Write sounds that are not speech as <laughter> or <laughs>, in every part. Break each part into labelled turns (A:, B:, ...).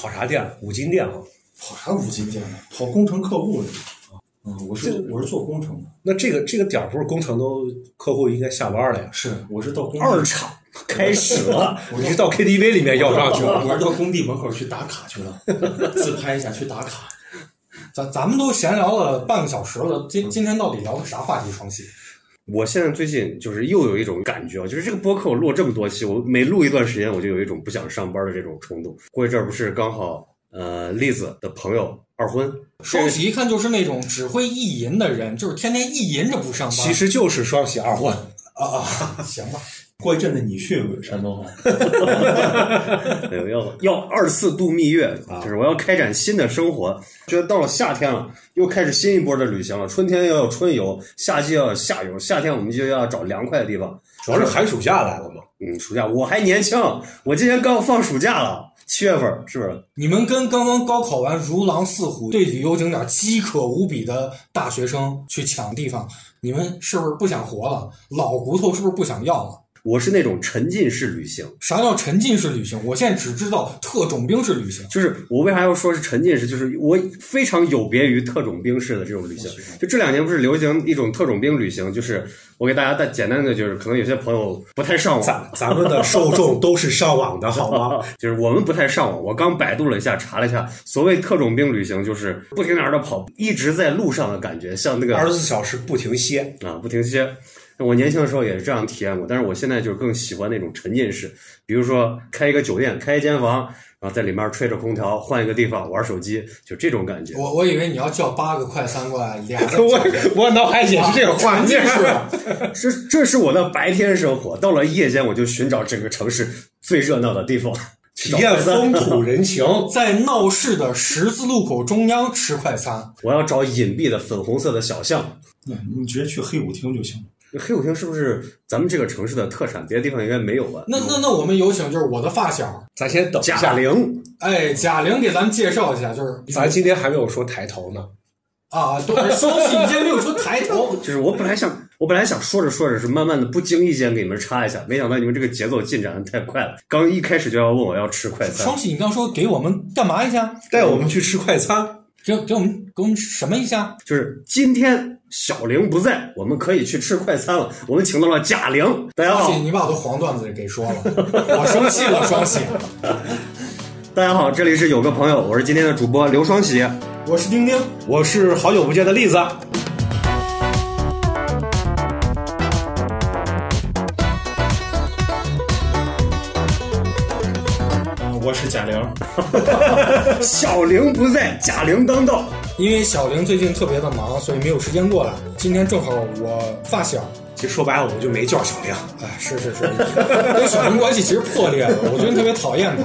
A: 跑啥店了？五金店啊。
B: 跑啥五金店呢？跑工程客户呢？嗯，我是我是做工程的，
A: 那这个这个点儿不是工程都客户应该下班了呀？
B: 是我是到工地，
A: 二厂开始 <laughs>
C: <laughs>
A: 了
B: 我
A: 你是到 KTV 里面要账去了？
B: 我是到工地门口去打卡去了，自拍一下去打卡。
C: 咱咱们都闲聊了半个小时了，今今天到底聊的啥话题？双喜，
D: 我现在最近就是又有一种感觉啊，就是这个播客我录了这么多期，我每录一段时间，我就有一种不想上班的这种冲动。过一阵儿不是刚好呃栗子的朋友二婚，
C: 双喜一看就是那种只会意淫的人，就是天天意淫着不上班。
A: 其实就是双喜二混，
C: 行吧，
B: 过一阵子你去山东啊？
D: 没有要要二次度蜜月，就是我要开展新的生活。觉得到了夏天了，又开始新一波的旅行了。春天要有春游，夏季要有夏游，夏天我们就要找凉快的地方。
A: 主要是寒暑假来了嘛。
D: 嗯，暑假我还年轻，我今年刚放暑假了，七月份儿是不是？
C: 你们跟刚刚高考完如狼似虎、对旅游景点饥渴无比的大学生去抢地方，你们是不是不想活了？老骨头是不是不想要了？
D: 我是那种沉浸式旅行，
C: 啥叫沉浸式旅行？我现在只知道特种兵式旅行。
D: 就是我为啥要说是沉浸式，就是我非常有别于特种兵式的这种旅行。就这两年不是流行一种特种兵旅行，就是我给大家再简单的就是，可能有些朋友不太上网，
A: 咱咱们的受众都是上网的好 <laughs> 吗？
D: 就是我们不太上网。我刚百度了一下，查了一下，所谓特种兵旅行就是不停哪儿的跑，一直在路上的感觉，像那个
A: 二十四小时不停歇，
D: 啊，不停歇。那我年轻的时候也是这样体验过，但是我现在就更喜欢那种沉浸式，比如说开一个酒店，开一间房，然后在里面吹着空调，换一个地方玩手机，就这种感觉。
C: 我我以为你要叫八个快餐过来，俩
A: <laughs>
C: 在
A: 我 <laughs> 我脑海啊也是这个画面。
D: 这这是我的白天生活，到了夜间我就寻找整个城市最热闹的地方，
A: <laughs>
D: <laughs>
A: 体验风 <laughs> 土人情，
C: 在闹市的十字路口中央吃快餐。
D: 我要找隐蔽的粉红色的小巷。
B: <laughs> 对，你直接去黑舞厅就行了。
D: 黑舞厅是不是咱们这个城市的特产？别的地方应该没有吧？
C: 那那那我们有请就是我的发小，
A: 咱先等一
D: 贾
A: 下。
D: 玲，
C: 哎，贾玲给咱们介绍一下，就是
A: 咱今天还没有说抬头呢，
C: 啊，对，双喜你今天没有说抬头，
D: 就是我本来想，我本来想说着说着是慢慢的不经意间给你们插一下，没想到你们这个节奏进展的太快了，刚一开始就要问我要吃快餐
C: 双，喜你刚说给我们干嘛一下？
A: 带我们去吃快餐。
C: 给给我们给我们什么一下？
D: 就是今天小玲不在，我们可以去吃快餐了，我们请到了贾玲，大家
C: 双喜
D: 好，
C: 你把我的黄段子给说了， <laughs> 我生气了，双喜，
D: 大家好，这里是有个朋友，我是今天的主播刘双喜，
C: 我是丁丁。
A: 我是好久不见的栗子，
B: 呃我是贾玲，
D: 小玲不在，贾玲当道。
C: 因为小玲最近特别的忙，所以没有时间过来。今天正好我发小，
A: 其实说白了我们就没叫小玲。
C: 哎，是是是，跟小玲关系其实破裂了，我最近特别讨厌她。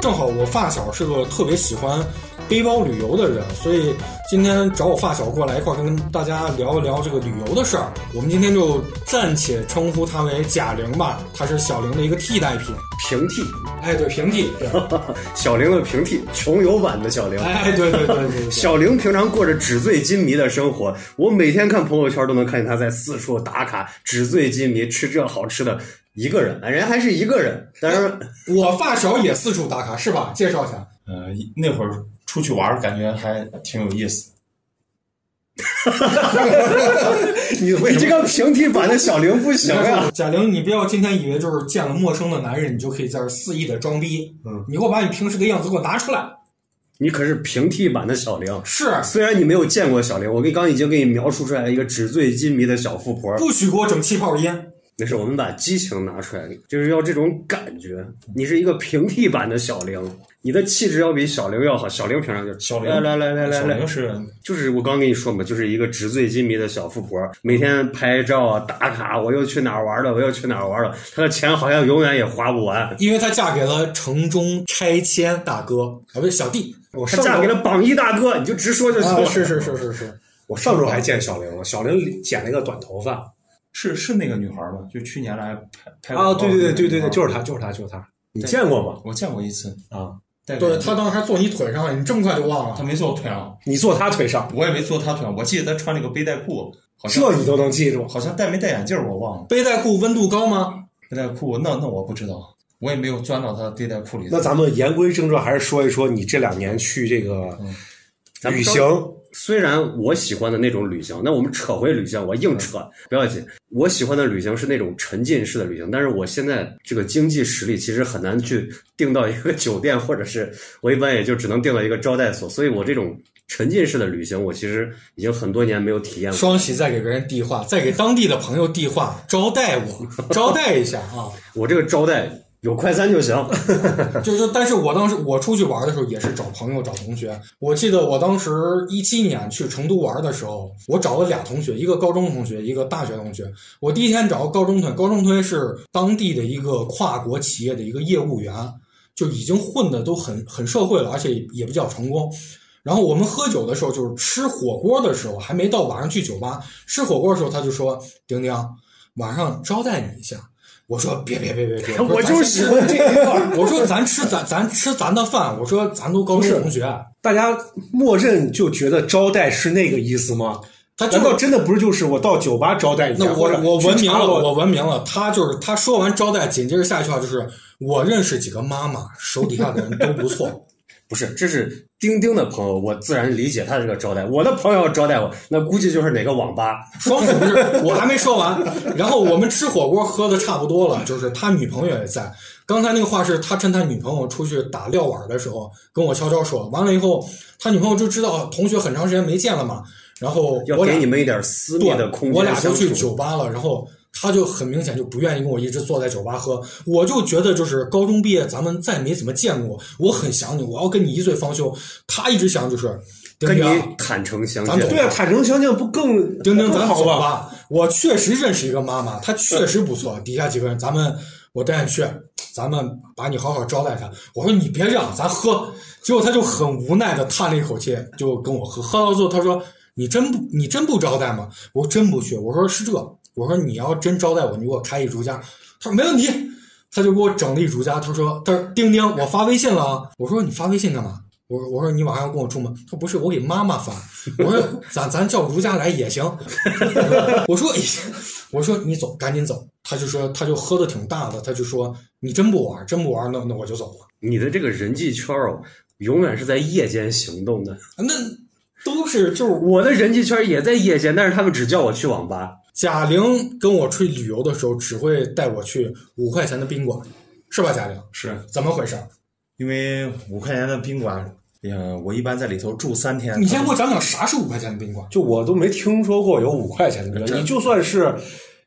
C: 正好我发小是个特别喜欢背包旅游的人，所以今天找我发小过来一块儿跟大家聊一聊这个旅游的事儿。我们今天就暂且称呼她为贾玲吧，她是小玲的一个替代品。
D: 平替，
C: 哎，对，平替，对，
D: 小玲的平替，穷游版的小玲。
C: 哎，对对对对对。
D: 小玲平常过着纸醉金迷的生活，我每天看朋友圈都能看见她在四处打卡，纸醉金迷，吃这好吃的，一个人，哎人还是一个人。但是
C: 我发小也四处打卡是吧？介绍一下，
B: 呃，那会儿出去玩儿感觉还挺有意思。
D: <laughs> 你你这个平替版的小玲不行啊呀、
C: 贾玲，你不要今天以为就是见了陌生的男人，你就可以在这儿肆意的装逼。
A: 嗯，
C: 你给我把你平时的样子给我拿出来。
D: <laughs> 你可是平替版的小玲。
C: 是，
D: 虽然你没有见过小玲，我给刚已经给你描述出来了一个纸醉金迷的小富婆，
C: 不许给我整气泡音。
D: 没事，我们把激情拿出来，就是要这种感觉。你是一个平替版的小玲，你的气质要比小玲要好。小玲平常就是
B: 小玲
D: 来来来来来
B: 小
D: 来
B: 玲，是
D: 就是我刚跟你说嘛，就是一个纸醉金迷的小富婆，每天拍照啊、打卡，我又去哪儿玩了，我又去哪儿玩了，她的钱好像永远也花不完。
C: 因为她嫁给了城中拆迁大哥啊，不是小弟。我
D: 她
C: 上
D: 嫁
C: 周
D: 给了榜一大哥，你就直说就行
C: 啊，
D: 了。
C: 是是是是是，
A: 我上周还见小玲了，小玲剪了一个短头发
B: 是是那个女孩儿吗？就去年来拍拍
A: 啊，对对对对对对，就是是她，就是她，就是她，你见过吗？
B: 我见过一次
A: 啊，
B: 带着
C: 对她当时还坐你腿上了，你这么快就忘
B: 她
C: 了？
B: 没坐我腿上，
A: 你坐她腿上，
B: 我也没坐她腿上。我记得她穿了个背带裤，好像
A: 这你都能记住？
B: 好像戴没戴眼镜儿我忘了。
C: 背带裤温度高吗？
B: 地带裤，那那我不知道，我也没有钻到他的地带裤里。
A: 那咱们言归正传，还是说一说你这两年去这个
B: 嗯
D: 咱们
A: 旅
D: 稍
A: 行。
D: 虽然我喜欢的那种旅行，那我们扯回旅行，我
C: 嗯
D: 硬扯不要紧。我喜欢的旅行是那种沉浸式的旅行，但是我现在这个经济实力其实很难去订到一个酒店，或者是我一般也就只能订到一个招待所，所以我这种沉浸式的旅行，我其实已经很多年没有体验过。
C: 双喜再给别人递话，再给当地的朋友递话，招待我，招待一下啊！
D: 我这个招待有快餐就行，
C: <laughs> 就是说，但是我当时我出去玩的时候也是找朋友找同学。我记得我当时一七年去成都玩的时候，我找了俩同学，一个高中同学，一个大学同学。我第一天找高中同学，高中同学是当地的一个跨国企业的一个业务员，就已经混的都很很社会了，而且也比较成功。然后我们喝酒的时候，就是吃火锅的时候，还没到晚上去酒吧吃火锅的时候，他就说：“丁丁，晚上招待你一下。”我说：“别别别别别，
D: <laughs> 我
C: 说咱
D: 就
C: 先
D: 喜欢这一块。
C: <laughs> 我说咱吃咱咱吃咱的饭，我说咱都高中同学，
A: 大家默认就觉得招待是那个意思吗？
C: 他就
A: 难道真的不是就是我到酒吧招待一下？
C: 那我
A: 或者
C: 我
A: 去
C: 文明
A: 茶
C: 了，
A: 楼
C: 我文明了。他就是他说完招待，紧接着下一句话就是我认识几个妈妈，手底下的人都不错。
D: 不是，这是丁丁的朋友，我自然理解他这个招待。我的朋友要招待我，那估计就是哪个网吧。
C: 双喜不是，我还没说完。然后我们吃火锅喝的差不多了，就是他女朋友也在。刚才那个话是他趁他女朋友出去打撂碗的时候跟我悄悄说，完了以后他女朋友就知道同学很长时间没见了嘛，然后
D: 要
C: 我俩
D: 给你们一点私密
C: 对
D: 的空间
C: 我俩
D: 相
C: 就去
D: 处
C: 酒吧了，然后他就很明显就不愿意跟我一直坐在酒吧喝。我就觉得就是高中毕业，咱们再没怎么见过，我很想你，我要跟你一醉方休。他一直想就是丁
D: 跟
C: 丁啊，
D: 你坦诚相
C: 咱走
A: 对
D: 见。
A: 啊，坦诚相见不更
C: 丁丁，
A: 更
C: 咱
A: 好
C: 走
A: 吧？
C: 吧。我确实认识一个妈妈，她确实不错，底下几个人，咱们我带你去，咱们把你好好招待她。我说你别这样，咱喝。结果他就很无奈的叹了一口气，就跟我喝。喝到最后，他说：“你真不，你真不招待吗？”我说：“真不去。”我说：“是这。”我说：“你要真招待我，你给我开一竹家。”他说：“没问题。”他就给我整了一竹家。他说：“他说丁丁，我发微信了啊。”我说：“你发微信干嘛？”我说：“我说你晚上要跟我出门。”他说：“不是，我给妈妈发。” <laughs> 我说：“咱咱叫如家来也行。” <laughs> 我说：“哎我说你走，赶紧走。”他就说：“他就喝的挺大的，他就说你真不玩，真不玩，那那我就走了。”
D: 你的这个人际圈儿哦，永远是在夜间行动的。
C: 那都是就是
D: 我的人际圈儿也在夜间，但是他们只叫我去网吧。
C: 贾玲跟我出去旅游的时候，只会带我去五块钱的宾馆，是吧？贾玲，
B: 是
C: 怎么回事？
B: 因为五块钱的宾馆，呃，我一般在里头住三天。
C: 你先给我讲讲啥是五块钱的宾馆？
A: 就我都没听说过有五块钱的
B: 这
A: 你就算是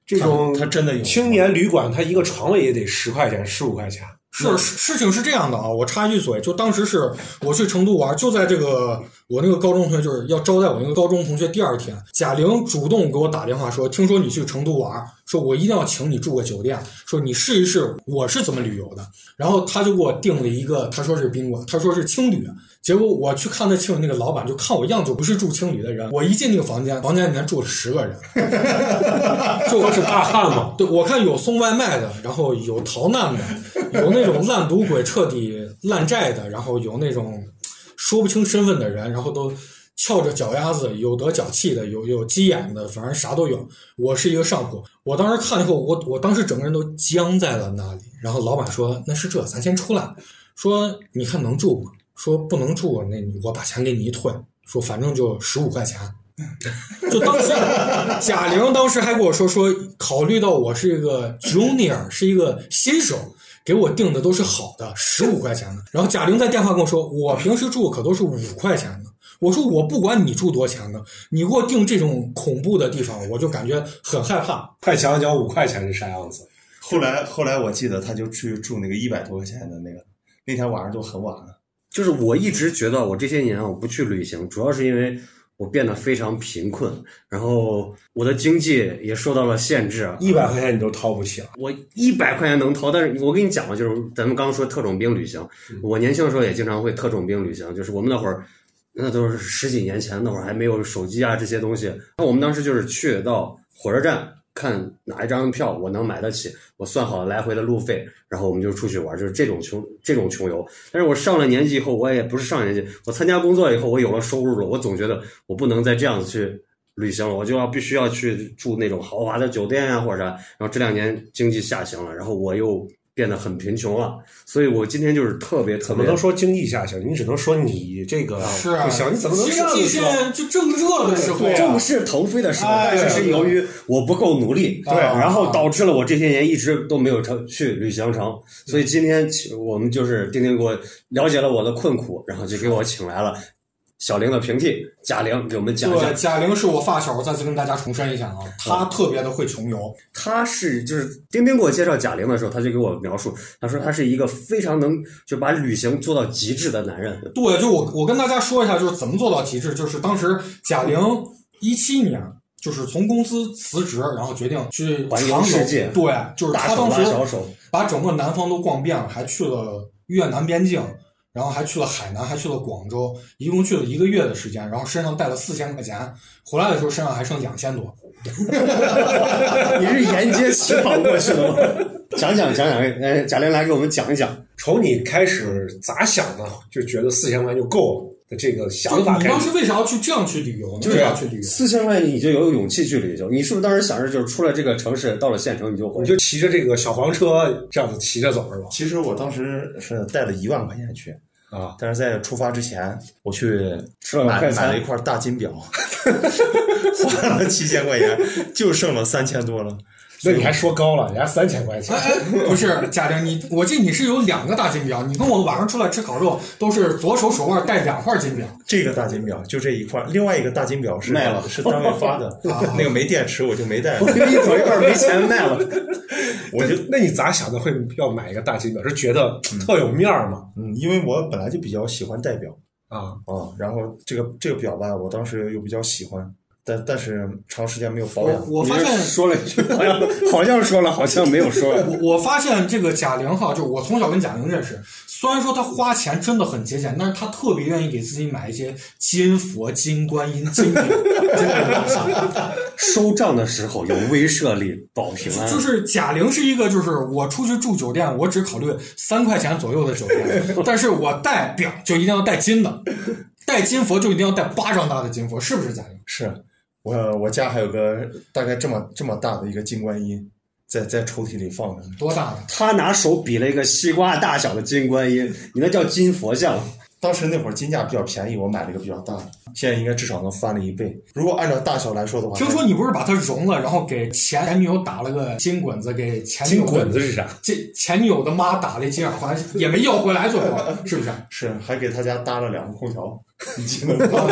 A: 这种
B: 他他真的有
A: 青年旅馆，他一个床位也得十块钱、十五块钱。
C: 是事情是这样的啊，我插一句嘴，就当时是我去成都玩，就在这个我那个高中同学就是要招待我那个高中同学第二天，贾玲主动给我打电话说，听说你去成都玩，说我一定要请你住个酒店，说你试一试我是怎么旅游的。然后他就给我订了一个，他说是宾馆，他说是青旅，结果我去看那青旅那个老板，就看我样子不是住青旅的人，我一进那个房间，房间里面住了十个人， <laughs>
A: 都是大汉嘛，
C: 啊对，我看有送外卖的，然后有逃难的，有那种烂赌鬼彻底烂债的，然后有那种说不清身份的人，然后都翘着脚丫子，有得脚气的，有有鸡眼的，反正啥都有。我是一个上铺，我当时看以后，我我当时整个人都僵在了那里。然后老板说：“那是这，咱先出来。”说：“你看能住吗？”说：“不能住，啊那你我把钱给你一退。”说：“反正就十五块钱。”就当时贾玲当时还跟我说说，考虑到我是一个 junior，是一个新手，给我定的都是好的，十五块钱的。然后贾玲在电话跟我说，我平时住可都是五块钱的。我说我不管你住多钱的，你给我定这种恐怖的地方，我就感觉很害怕。
A: 快讲讲五块钱是啥样子？
B: 后来后来我记得他就去住那个一百多块钱的那个，那天晚上都很晚了。
D: 就是我一直觉得我这些年啊我不去旅行，主要是因为我变得非常贫困，然后我的经济也受到了限制啊。
A: 一百块钱你都掏不起了，
D: 我一百块钱能掏，但是我跟你讲吧，就是咱们刚刚说特种兵旅行，我年轻的时候也经常会特种兵旅行，就是我们那会儿，那都是十几年前，那会儿还没有手机啊这些东西，那我们当时就是去到火车站看哪一张票我能买得起，我算好来回的路费，然后我们就出去玩，就是这种穷这种穷游。但是我上了年纪以后，我也不是上年纪，我参加工作以后，我有了收入了，我总觉得我不能再这样子去。旅行了，我就要必须要去住那种豪华的酒店啊，或者啥。然后这两年经济下行了，然后我又变得很贫穷了，所以我今天就是特别特
A: 怎么
D: 别
A: 能说经济下行？你只能说你这个
C: 是啊
A: 不行，你怎么能
C: 经
A: 这样
C: 济
A: 子
C: 现
A: 说？
C: 在就正热的时候，
A: 对啊
D: 正是腾飞的时候，
C: 哎
D: 但是是由于我不够努力，
C: 对啊
D: 然后导致了我这些年一直都没有成去旅行成，
C: 嗯
D: 所以今天请我们就是丁丁给我了解了我的困苦，然后就给我请来了小玲的平替贾玲给我们讲一
C: 对，啊贾
D: 下，
C: 玲是我发小，我再次跟大家重申一下啊，她特别的会穷游，
D: 她是就是丁丁给我介绍贾玲的时候，他就给我描述，他说他是一个非常能就把旅行做到极致的男人， <laughs>
C: 对，就我我跟大家说一下，就是怎么做到极致，就是当时贾玲一七年。就是从公司辞职，然后决定去
D: 环游
C: 长
D: 世
C: 游
D: 界
C: 对，就是
D: 大
C: 她
D: 手
C: 当
D: 拉
C: 时
D: 小手，
C: 把整个南方都逛遍了，还去了越南边境，然后还去了海南，还去了广州，一共去了一个月的时间，然后身上带了四千块钱，回来的时候身上还剩两千多。
D: 你是沿街乞讨过去的吗？ <laughs> 讲讲讲讲，呃，贾玲来给我们讲一讲。
A: 从你开始咋想的，就觉得四千块就够了的这个
C: 就
A: 想法
C: 你
A: 开
C: 当
A: 始
C: 时为啥要去这样去旅游呢？
A: 就是
C: 为啥要去
D: <laughs>
C: 旅游？
D: 四千块你就有勇气去旅游，你是不是当时想着就是出了这个城市，到了县城你就回
A: 你？就骑着这个小黄车这样子骑着走是吧？
B: 其实我当时是带了一万块钱去，
A: 啊，
B: 但是在出发之前，我去
D: 吃了
B: 买
D: 快
B: 买
D: 餐
B: 了一块大金表， <laughs> 花了七千块钱，就剩了三千多了。
A: 那你还说高了，人家三千块钱
C: 哎，哎，不是贾玲，你我记得你是有两个大金表，你跟我晚上出来吃烤肉都是左手手腕戴两块金表。
B: 这个大金表就这一块，另外一个大金表是
D: 卖了
B: 是单位发的
C: 啊，
B: <laughs> 那个没电池我就没带了，
D: 因为一走一半没钱卖了，
B: <laughs> 我就
A: 那你咋想的会要买一个大金表？是觉得特有面儿吗？
B: 嗯，因为我本来就比较喜欢戴表
A: 啊，
B: 啊，然后这个这个表吧，我当时又比较喜欢，但但是长时间没有保
C: 我
A: 啊
B: 养，
C: 我发现
D: 你是说了一句，好像好像说了，好像没有说。
C: <laughs> 我我发现这个贾玲哈，就我从小跟贾玲认识，虽然说她花钱真的很节俭，但是她特别愿意给自己买一些金佛、金观音、金饼，真的
A: <laughs> 嗯
D: 收账的时候有威慑力，保平安。
C: 就是贾玲是一个，就是我出去住酒店，我只考虑三块钱左右的酒店，但是我带表就一定要带金的，带金佛就一定要带巴掌大的金佛，是不是贾玲？
B: 是我我家还有个大概这么这么大的一个金观音，在在抽屉里放着呢。
C: 多大的？
D: 他拿手比了一个西瓜大小的金观音，你那叫金佛像。 <laughs>
B: 当时那会儿金价比较便宜，我买了一个比较大的，现在应该至少能翻了一倍。如果按照大小来说的话，
C: 听说你不是把她融了，然后给前前女友打了个金滚子，给前女
A: 金
C: 友的
A: 滚子是啥？
C: 这前女友的妈打了一金耳环，也没要回来，最后是不是？
B: 是还给他家搭了两个空调，你记得吗？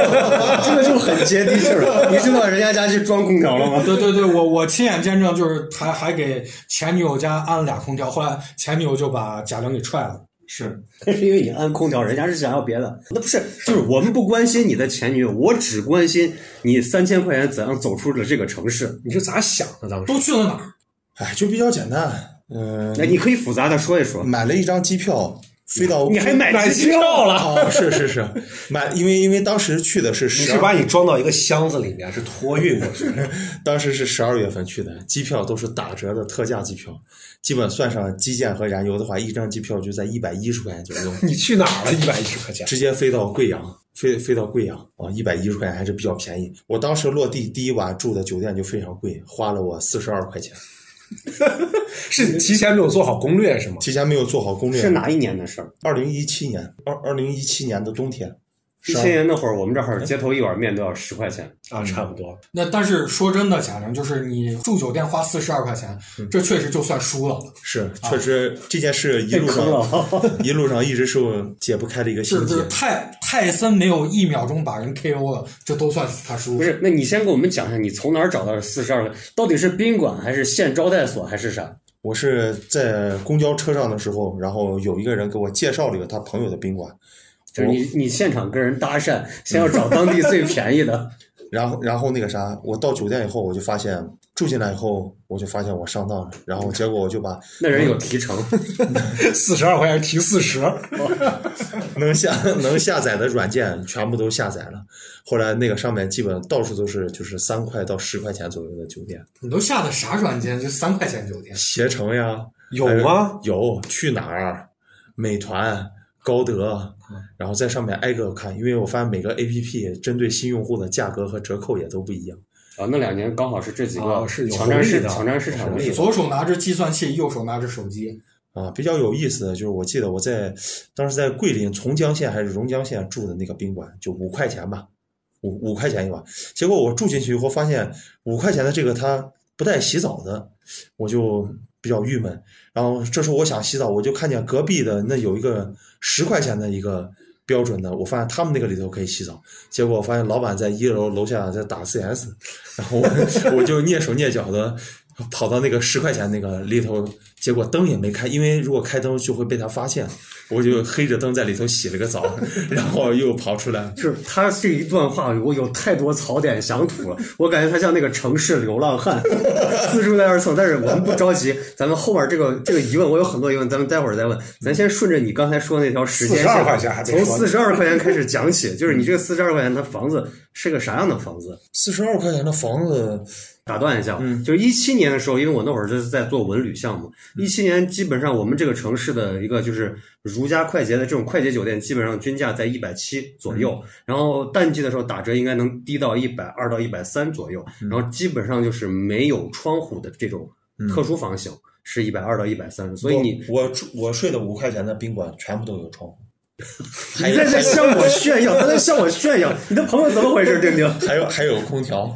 D: 这个就很接地气儿了。你知道人家家去装空调了吗？
C: <laughs>
D: <laughs>
C: 对对对，我我亲眼见证，就是还还给前女友家安了俩空调，后来前女友就把贾玲给踹了。
B: 是
D: 那是因为你安空调，人家是想要别的。那不是，就是我们不关心你的前女友，我只关心你三千块钱怎样走出了这个城市。
A: 你是咋想的当时？
C: 都去了哪儿？
B: <laughs> 哎，就比较简单，嗯、
D: 那你可以复杂的说一
C: 嗯
D: 说。
B: 买了一张机票飞到
D: 你还买机票
A: 票了？
B: 哦，是是是，买，因为因为当时去的是
A: 你
B: 十
A: 是
B: 二，
A: 把你装到一个箱子里面，是托运过去的？
B: 当时是十二月份去的，机票都是打折的特价机票，基本算上基建和燃油的话，一张机票就在一百一十块钱左右，
A: 你去哪儿了？一百一十块钱？
B: 直接飞到贵阳，飞飞到贵阳啊，一百一十块钱还是比较便宜。我当时落地第一晚住的酒店就非常贵，花了我四十二块钱，
A: 是你提前没有做好攻略是吗？
B: 提前没有做好攻略。
D: 是？哪一年的事儿？
B: 二零一七年，二二零一七年的冬天，
D: 一
B: 12
D: 七年那会儿，我们这儿街头一碗面都要十块钱。
A: 啊，差不多。
C: 那但是说真的，贾玲就是你住酒店花四十二块钱，这确实就算输了。
B: 是确实这件事一
D: 被
B: 路
D: 坑
B: 上
D: 了，
B: <laughs> 一路上一直是我解不开的一个心
C: 是
B: 结
C: 不。是泰泰森没有一秒钟把人 KO 了，这都算是他输
D: <laughs> 不
C: 了。
D: 是？那你先给我们讲一下，你从哪儿找到四十二个？到底是宾馆还是县招待所还是啥？
B: 我是在公交车上的时候，然后有一个人给我介绍了一个他朋友的宾馆，
D: 就是你你现场跟人搭讪，先要找当地最便宜的。 <laughs>
B: 然后然后那个啥，我到酒店以后我就发现住进来以后我就发现我上当了，然后结果我就把
D: 那人有提
A: <laughs>
D: 成，啊
A: 四十二块钱提四十，
B: 能下 <laughs> 能下载的软件全部都下载了。后来那个上面基本到处都是就是三块到十块钱左右的酒店，
C: 你都下的啥软件？就三块钱酒店。
B: 携程呀
A: 有吗？？
B: 还有有，去哪儿？啊美团、高德，然后在上面挨个看，因为我发现每个 A P P 针对新用户的价格和折扣也都不一样。
D: 啊，那两年刚好是这几个
A: 哦是有
D: 抢占
A: 红
D: 市
A: 利的
D: 抢占市场的
A: 红利
D: 时
A: 的
D: 候
C: 左手拿着计算器，右手拿着手机，
B: 啊，比较有意思的就是，我记得我在当时在桂林从江县还是榕江县住的那个宾馆，就五块钱吧，五五块钱一晚。结果我住进去以后，发现五块钱的这个它不带洗澡的，我就比较郁闷。然后这时候我想洗澡，我就看见隔壁的那有一个十块钱的一个标准的，我发现他们那个里头可以洗澡。结果我发现老板在一楼楼下在打 CS，然后我 <laughs> 我就蹑手蹑脚的跑到那个十块钱那个里头，结果灯也没开，因为如果开灯就会被他发现，我就黑着灯在里头洗了个澡， <laughs> 然后又跑出来。
D: 就是他这一段话，我有太多槽点想吐了。 <laughs> 我感觉他像那个城市流浪汉， <laughs> 自住在二层。但是我们不着急，咱们后面这个这个疑问，我有很多疑问，咱们待会儿再问。咱先顺着你刚才说的那条时间
A: 42块钱还
D: 线，
A: 没说
D: 从
A: 呢
D: 四十二块钱开始讲起。就是你这个四十二块钱，它房子是个啥样的房子？
B: 四十二块钱的房子，
D: 打断一下，就是一七年的时候，因为我那会儿就是在做文旅项目，一七年基本上我们这个城市的一个就是如家快捷的这种快捷酒店，基本上均价在一百七左右，然后淡季的时候打折应该能低到一百二到一百三左右，然后基本上就是没有窗户的这种特殊房型。是一百二到一百三，所以你
B: 我我住我睡的五块钱的宾馆全部都有窗户，还
D: 你
B: 有
D: 在这向 <laughs> 我炫耀，他在向我炫耀，你的朋友怎么回 <laughs> 事？丁丁，
B: 还有还有空调，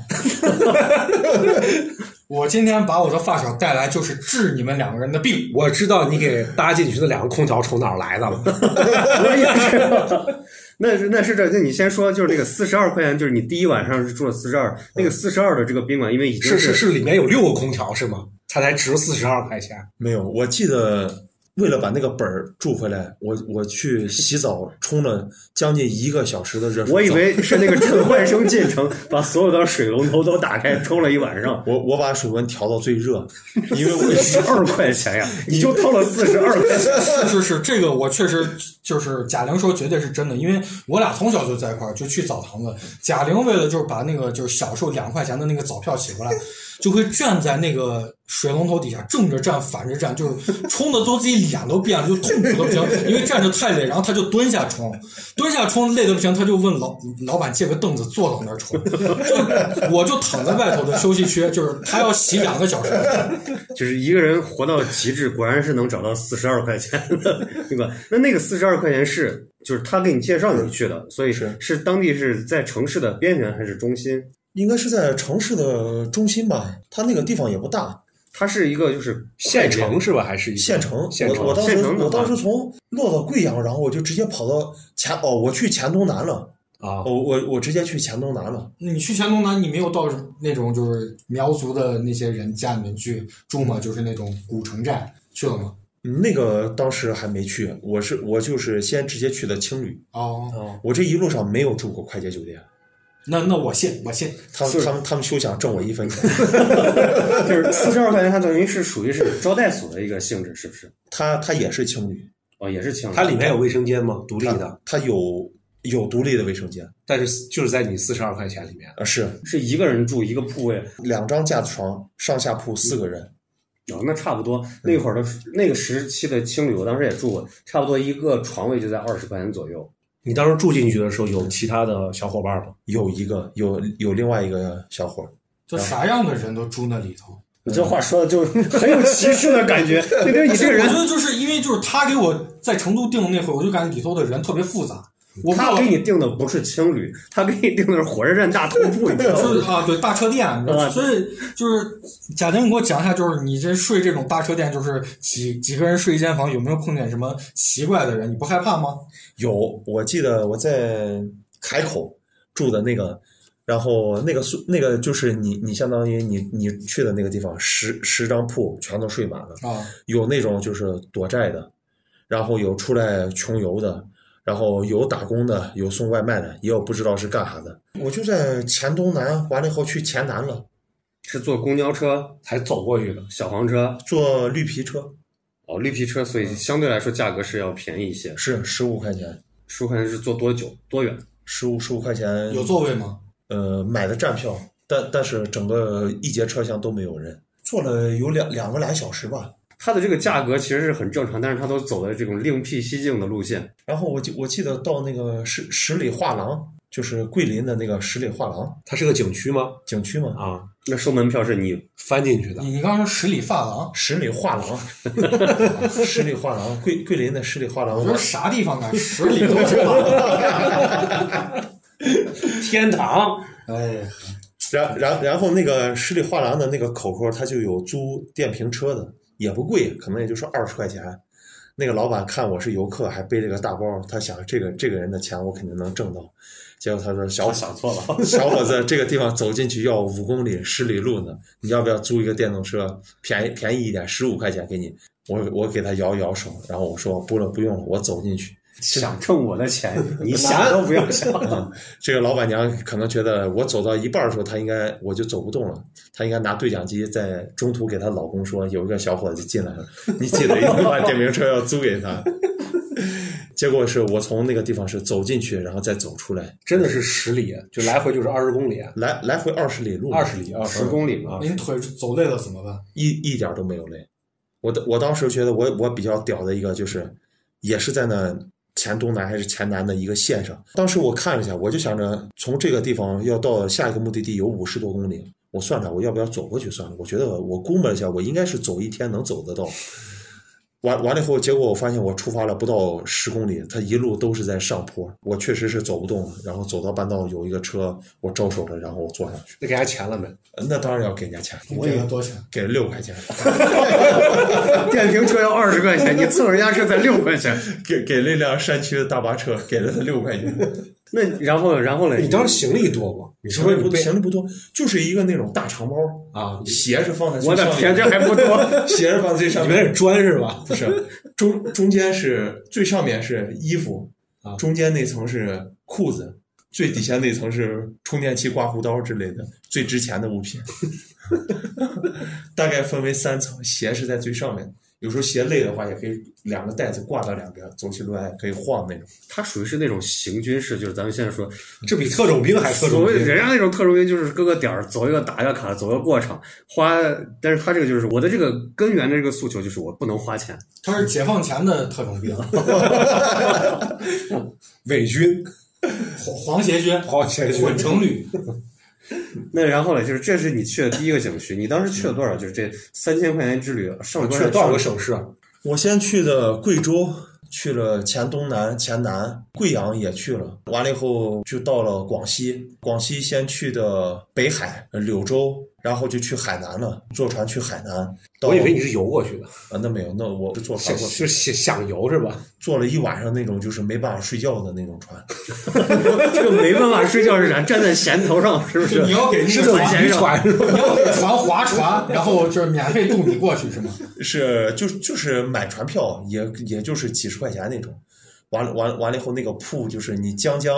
C: 我今天把我的发小带来就是治你们两个人的病。
A: 我知道你给搭进去的两个空调从哪儿来的了，
D: 我也是。 <laughs> 那是那是这，那你先说，就是那个四十二块钱，就是你第一晚上是住了四十二，那个四十二的这个宾馆，因为已经
A: 是是是，里面有六个空调是吗？它才值四十二块钱，
B: <laughs> 没有，我记得为了把那个本儿住回来，我我去洗澡冲了将近一个小时的热水澡。
D: 我以为是那个陈焕生进城，把所有的水龙头都打开，冲了一晚上，
B: 我我把水温调到最热，因为
D: <laughs> 四
B: 我
D: 十二块钱呀，你就掏了四十二块钱。
C: 是是是，这个我确实就是贾玲说绝对是真的，因为我俩从小就在一块儿，就去澡堂子。贾玲为了就是把那个就是小时候两块钱的那个澡票洗回来，就会站在那个水龙头底下正着站反着站，就是冲的都自己脸都变了，就痛苦的不行，因为站着太累，然后他就蹲下冲，蹲下冲累的不行，他就问老老板借个凳子坐到那儿冲，就我就躺在外头的休息区，就是他要洗两个小时。
D: 就是一个人活到极致，果然是能找到四十二块钱的，对吧？那那个四十二块钱是就是他给你介绍你去的，所以
B: 是
D: 是当地是在城市的边缘还是中心？
B: 应该是在城市的中心吧，它那个地方也不大，
D: 它是一个就是
A: 县
D: 快捷
A: 城是吧？还是一个
B: 县城。
A: 县城
B: 我我当
D: 县
B: 时
D: 城的话
B: 我当时从落到贵阳，然后我就直接跑到黔哦，我去黔东南了，
A: 啊？
B: 我我我直接去黔东南了。
C: 你去黔东南，你没有到那种就是苗族的那些人家里面去住吗？就是那种古城寨去了吗？
B: 嗯那个当时还没去，我是我就是先直接去的青旅，
C: 哦，
B: 我这一路上没有住过快捷酒店，
C: 那那我信，我信。
B: 他们他们他们休想挣我一分钱。
D: <laughs> 就是四十二块钱，它等于是属于是招待所的一个性质，是不是？
B: 他他也是青旅，
D: 哦，也是青旅。
A: 它里面有卫生间吗？独立的，
B: 他有有独立的卫生间
A: 但是就是在你四十二块钱里面。
B: 啊，是
D: 是一个人住一个铺位，
B: 两张架子床，上下铺四个人。
D: 哦，那差不多。那会儿的那个时期的青旅，我当时也住过，差不多一个床位就在二十块钱左右。
A: 你当时住进去的时候，有其他的小伙伴吗？
B: 有一个有有另外一个小伙儿，
C: 就啥样的人都住那里头，
D: 你这话说的就 <laughs> 很有歧视的感觉。对对，你这个
C: 我
D: 人
C: 觉，得就是因为就是他给我在成都订的那会儿，我就感觉里头的人特别复杂。我不知
D: 嗯他
C: 道
D: 给你定的不是青旅，他给你定的是火车站大通铺，你知道
C: 就是
D: 吗？
C: 啊，对大车店，你知道
D: 啊
C: 吗所以就是贾玲，你给我讲一下，就是你这睡这种大车店，就是几几个人睡一间房，有没有碰见什么奇怪的人？你不害怕吗？
B: 有，我记得我在海口住的那个，然后那个宿那个就是你你相当于你你去的那个地方，十十张铺全都睡满了，
C: 啊，
B: 有那种就是躲债的，然后有出来穷游的，然后有打工的，有送外卖的，也有不知道是干啥的。我就在黔东南完了以后去黔南了，
D: 是坐公交车、
A: 还走过去的，
D: 小黄车
B: 坐绿皮车
D: 哦，绿皮车，所以相对来说价格是要便宜一些。
B: 是十五块钱，
D: 十块钱是坐多久、多远？
B: 十五十五块钱
C: 有座位吗？
B: 呃买的站票，但但是整个一节车厢都没有人，坐了有两两个来小时吧。
D: 它的这个价格其实是很正常，但是它都走的这种另辟蹊径的路线。
B: 然后我记我记得到那个十十里画廊，就是桂林的那个十里画廊
A: 它是个景区吗？
B: 景区嘛，
A: 啊，
D: 那收门票是你
A: 翻进去的
C: 你你刚说十里发廊，
B: 十里画廊， <laughs> 十里画廊，桂桂林的十里画廊，
C: 我说啥地方啊？十里都是发廊。
A: 天堂，
C: 哎呀，
B: 然然然后那个十里画廊的那个口口，他就有租电瓶车的，也不贵，可能也就是二十块钱。那个老板看我是游客，还背着个大包，他想这个这个人的钱我肯定能挣到。结果他说：“小
D: 我
B: 伙
D: 想错了，
B: 小伙子，这个地方走进去要五公里、十里路呢，你要不要租一个电动车？便宜便宜一点，十五块钱给你。”我我给他摇摇手，然后我说：“不了，不用了，我走进去。”
D: 想挣我的钱， <laughs> 你想都不要 <laughs> 想。
B: 这个老板娘可能觉得我走到一半的时候，她应该我就走不动了，她应该拿对讲机在中途给她老公说，有一个小伙子进来了，你记得一定把电瓶车要租给他。 <laughs> 结果是我从那个地方是走进去，然后再走出来，
A: 真的是十里，就来回就是二十公里，啊
B: 来来回二十里路，
A: 二十里啊，
D: 十公里嘛，
C: 您腿走累了怎么办？
B: 一一点都没有累。我的我当时觉得我我比较屌的一个就是，也是在那黔东南还是黔南的一个县上。当时我看了一下，我就想着从这个地方要到下一个目的地有五十多公里，我算算我要不要走过去算了。我觉得我我估摸了一下，我应该是走一天能走得到。完完了以后，结果我发现我出发了不到十公里，它一路都是在上坡，我确实是走不动了。然后走到半道有一个车，我招手了，然后我坐下去。
A: 那给他钱了没？
B: 呃那当然要给人家钱，
C: 你给了多少钱？
B: 给了六块钱。
D: 啊电瓶车要二十块钱，你蹭人家车才六块钱。
B: 给给那辆山区的大巴车给了他六
D: <laughs>
B: 块钱，
D: 那然后然后嘞，
A: 你当时行李多不？你
B: 行
A: 说
B: 李
A: 你
B: 不
A: 背
B: 行李不多，就是一个那种大长包， <laughs>
A: 啊，
B: 鞋是放在最
D: 我
B: 上
D: 的天，
B: 面
D: 这还不多。 <laughs>
B: 鞋是放在最上
A: 里面
B: 面，
A: 是砖是吧？
B: 不是中中间是最上面是衣服
A: 啊，
B: 中间那层是裤子，最底下那层是充电器、刮胡刀之类的最值钱的物品， <laughs> 大概分为三层，鞋是在最上面。有时候鞋累的话，也可以两个袋子挂到两边，走起路来可以晃那种。
D: 他属于是那种行军式，就是咱们现在说
A: 这比特种兵还特
D: 所
A: 种
D: 谓
A: 兵。
D: 人家那种特种兵就是各个点儿走一个打一个卡，走一个过场，花。但是他这个就是我的这个根源的这个诉求就是我不能花钱，
C: 他是解放前的特种兵，
A: 伪
B: <laughs>
A: 军，
C: 黄黄协军、
A: 好险！
C: 混成旅。
D: 那然后呢，就是这是你去的第一个景区，你当时去了多少？就是这三千块钱之旅，上
A: 去
D: 多
A: 了
D: 少
A: 多少个省市啊？
B: 我先去的贵州，去了黔东南、黔南、贵阳也去了，完了以后就到了广西。广西先去的北海、呃柳州，然后就去海南了，坐船去海南。到
A: 我以为你是游过去的，
B: 啊，那没有，那我是坐
A: 想
B: 船过
A: 就
B: 去，
A: 是想想游是吧？
B: 坐了一晚上那种就是没办法睡觉的那种船。
D: 这个没办法睡觉是啥？站在舷头上是不是？
C: 你要给那
A: 是
C: 个
A: 走
D: 船
A: 渔船是吧？
C: 你要给船划船，然后就是免费渡你过去是吗？
B: 是就就是买船票也也就是几十块钱那种，完了完了完了以后那个铺就是你将将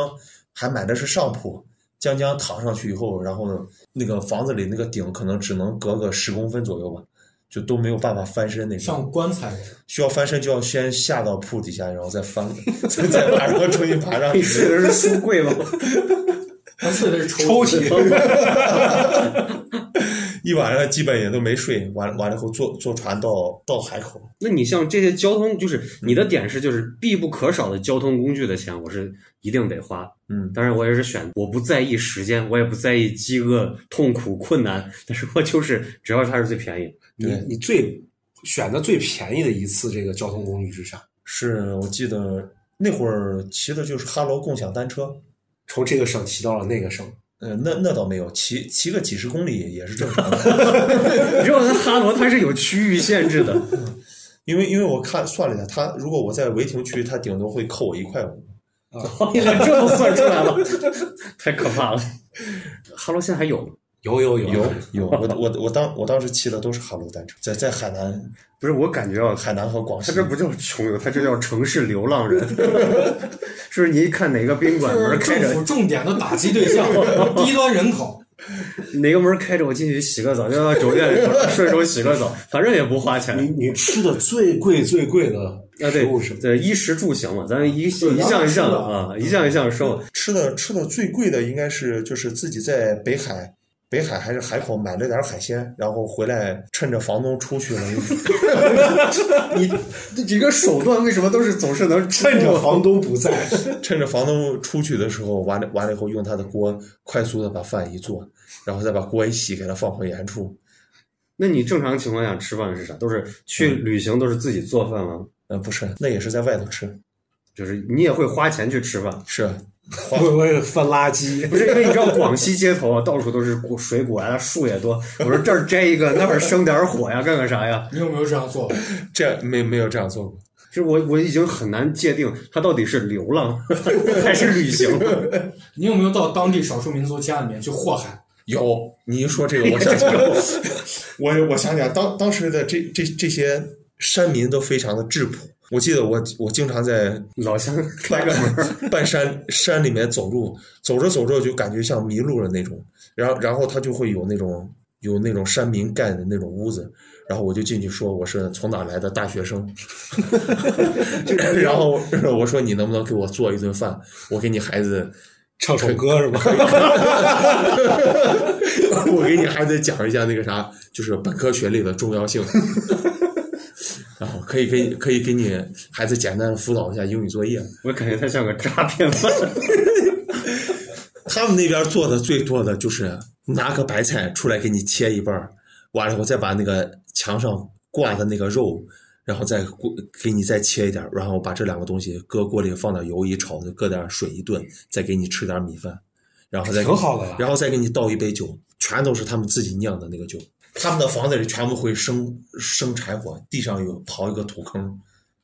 B: 还买的是上铺，将将躺上去以后，然后呢那个房子里那个顶可能只能隔个十公分左右吧，就都没有办法翻身那种，
C: 上棺材，
B: 需要翻身就要先下到铺底下，然后再翻， <laughs> 再再爬上重新爬上
D: 你 <laughs>
B: 去。
D: 睡的是书柜
C: <laughs>
D: 吗？
C: 他睡的是
A: 抽
C: 抽
A: 屉，
B: 一晚上基本也都没睡，完完了以后坐坐船到到海口，
D: 那你像这些交通，就是你的点是就是必不可少的交通工具的钱，我是一定得花。
B: 嗯，
D: 当然，我也是选，我不在意时间，我也不在意饥饿、痛苦、困难，但是我就是只要它是最便宜。
A: 你
B: 对
A: 你最选的最便宜的一次这个交通工具是啥？
B: 是我记得那会儿骑的就是哈罗共享单车。
A: 从这个省骑到了那个省，
B: 呃，那那倒没有，骑骑个几十公里也是正常的， <laughs>
D: 你知道它哈罗它是有区域限制的，
B: 因为因为我看算了一下，他如果我在违停区，他顶多会扣我一块五。
D: 你看这都算出来了， <laughs> 太可怕了。哈罗现在还有吗？
A: 有有有
B: 有有，我我我当我当时骑的都是哈罗单车，在在海南
D: 不是，我感觉啊，
B: 海南和广西
D: 他，这不叫穷游，他这叫城市流浪 <laughs> 人。是不是？你一看哪个宾馆门
C: 是
D: 开
C: 政
D: 着，
C: 府重点的打击对象，低端人口。
D: 哪个门开着，我进去洗个澡，就到酒店里头顺手洗 <laughs> 个澡，反正也不花钱。
A: 你你吃的最贵最贵的
D: 啊，
A: 食
D: 对
A: 物是，
D: 对，衣食住行嘛，咱一一
C: 对咱
D: 项
C: 们
D: 一
C: 吃
D: 项
C: 的
D: 啊，一项一项说。
B: 吃的吃的最贵的应该是就是自己在北海北海还是海口买了点海鲜，然后回来趁着房东出去了，
D: 你这几个手段为什么都是总是能
A: 趁着房东不在，
B: <laughs> 趁着房东出去的时候，完了完了以后，用他的锅快速的把饭一做，然后再把锅一洗，给它放回原处。
D: <laughs> 那你正常情况下吃饭是啥？都是去旅行都是自己做饭吗？
B: 呃，不是，那也是在外头吃，
D: 就是你也会花钱去吃饭？
B: 是花
A: 会不会翻垃圾？
D: 不是，因为你知道广西街头啊，到处都是果水果呀、树也多。我说这儿摘一个，那儿生点火呀，干个啥呀？
C: 你有没有这样做？
B: 这没没有这样做过。
D: 这我我已经很难界定他到底是流浪还是旅行。
C: 你有没有到当地少数民族家里面去祸害？
B: 有，你一说这个，我想起来 <laughs> 我我想起来，当当时的这这这些山民都非常的质朴。我记得我我经常在
D: 老乡开个门儿，
B: <laughs> 半山山里面走路，走着走着就感觉像迷路了那种。然后然后他就会有那种有那种山民盖的那种屋子，然后我就进去说我是从哪来的大
D: <laughs>
B: 学生， <laughs> 然后我说你能不能给我做一顿饭，我给你孩子。
A: 唱首歌是吧？
B: <laughs> 我给你还得讲一下那个啥，就是本科学历的重要性。 <laughs> 然后可以给可以给你孩子简单的辅导一下英语作业。
D: 我感觉他像个诈骗犯。
B: 他们那边做的最多的就是拿个白菜出来给你切一半儿，完了以后再把那个墙上挂的那个肉，然后再锅给你再切一点儿，然后把这两个东西搁锅里放点油一炒，搁点水一炖，再给你吃点米饭，然后再
A: 挺好的呀
B: 然后再给你倒一杯酒，全都是他们自己酿的那个酒。他们的房子里全部会生生柴火，地上有刨一个土坑，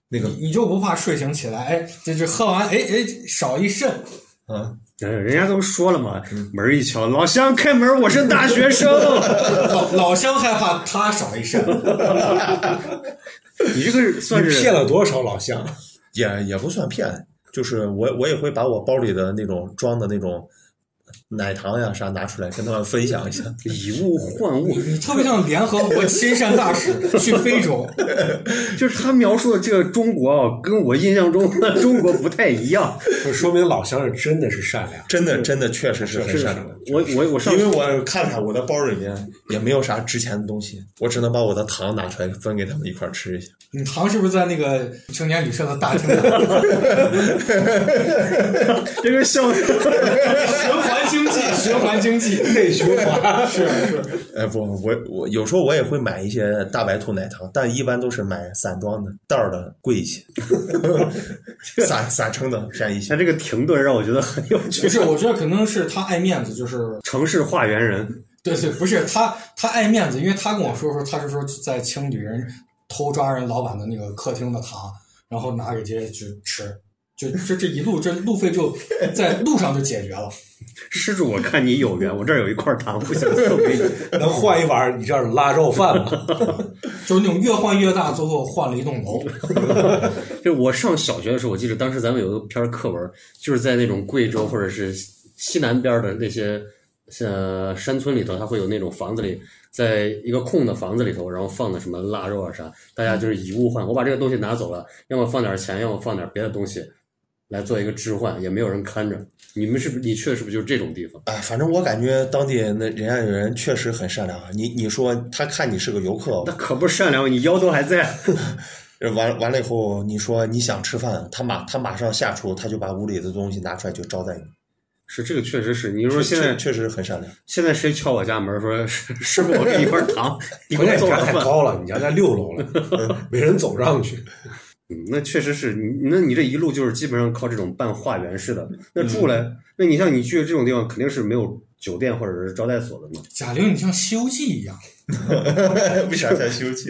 B: 那个
C: 你就不怕睡醒起来，哎，这这喝完，哎哎，少一肾，
B: 啊，
D: 哎人家都说了嘛，门儿一敲，老乡开门儿，我是大学生。
C: 老老乡害怕他少一肾。 <laughs>
D: 你这个算
A: 你
D: 是
A: 骗了多少老
D: <laughs>
A: 乡？
B: 也也不算骗，就是我我也会把我包里的那种装的那种奶糖呀啥拿出来跟他们分享 <laughs> 一下。
D: 以物换物，
C: 你特别像联合国亲善大使去非洲，
D: 就是他描述的这个中国啊，跟我印象中的中国不太一样。
A: 就说明老乡是真的是善
D: <laughs>
A: 良。
B: 真的，真的，确实是很
A: 是
B: 善良。
D: 我我我上
B: 因为我看看我的包里面也没有啥值钱的东西，我只能把我的糖拿出来分给他们一块儿吃一下。
C: 你糖是不是在那个青年旅社的大厅里？
D: 这个像
C: <laughs> 循环经济， <laughs> 循环经济，
A: 内循环是是，
B: 哎，不，我我有时候我也会买一些大白兔奶糖，但一般都是买散装的，袋儿的贵一 <laughs> 些，散散称的便宜一些
D: 他。这个停顿让我觉得很有趣
C: 不。是，我觉得可能是他爱面子，就是
D: 城市化缘人，
C: 对对，不是他他爱面子，因为他跟我说说，他是说在青旅人偷抓人老板的那个客厅的糖，然后拿给这些去吃。就这这一路，这路费就在路上就解决了。
D: 施主，我看你有缘，我这儿有一块糖，不想送给你。 <laughs>
A: 能换一碗你这儿的腊肉饭吗？
C: 就是那种越换越大，最后换了一栋楼。
D: 就我上小学的时候，我记得当时咱们有一篇课文，就是在那种贵州或者是西南边的那些呃山村里头，它会有那种房子里，在一个空的房子里头，然后放的什么腊肉啊啥，大家就是以物换。我把这个东西拿走了，要么放点钱，要么放点别的东西，来做一个置换，也没有人看着。你们是不是？你去的是不是就是这种地方？
B: 哎，反正我感觉当地那人家人确实很善良啊。你你说他看你是个游客呃
D: 那，可不善良，你腰都还在。
B: 完完了以后，你说你想吃饭，他马他马上下厨，他就把屋里的东西拿出来就招待你。
D: 是这个，确实是。你说现
B: 确
D: 在
B: 确实很善良，
D: 现在谁敲我家门说师师傅，我给你一块 <laughs> 糖，你给
A: 关键
D: 我
A: 你
D: 做
A: 家
D: 碗
A: 太
D: 饭。
A: 高了，你家在六楼了，
D: <laughs>
A: 没人走上去。
D: 嗯，那确实是你，那你这一路就是基本上靠这种办化缘式的。那住嘞，那你像你去这种地方，肯定是没有酒店或者是招待所的嘛。
C: 贾玲，你像《西游记》一样，
D: <laughs>
B: 为啥才休息？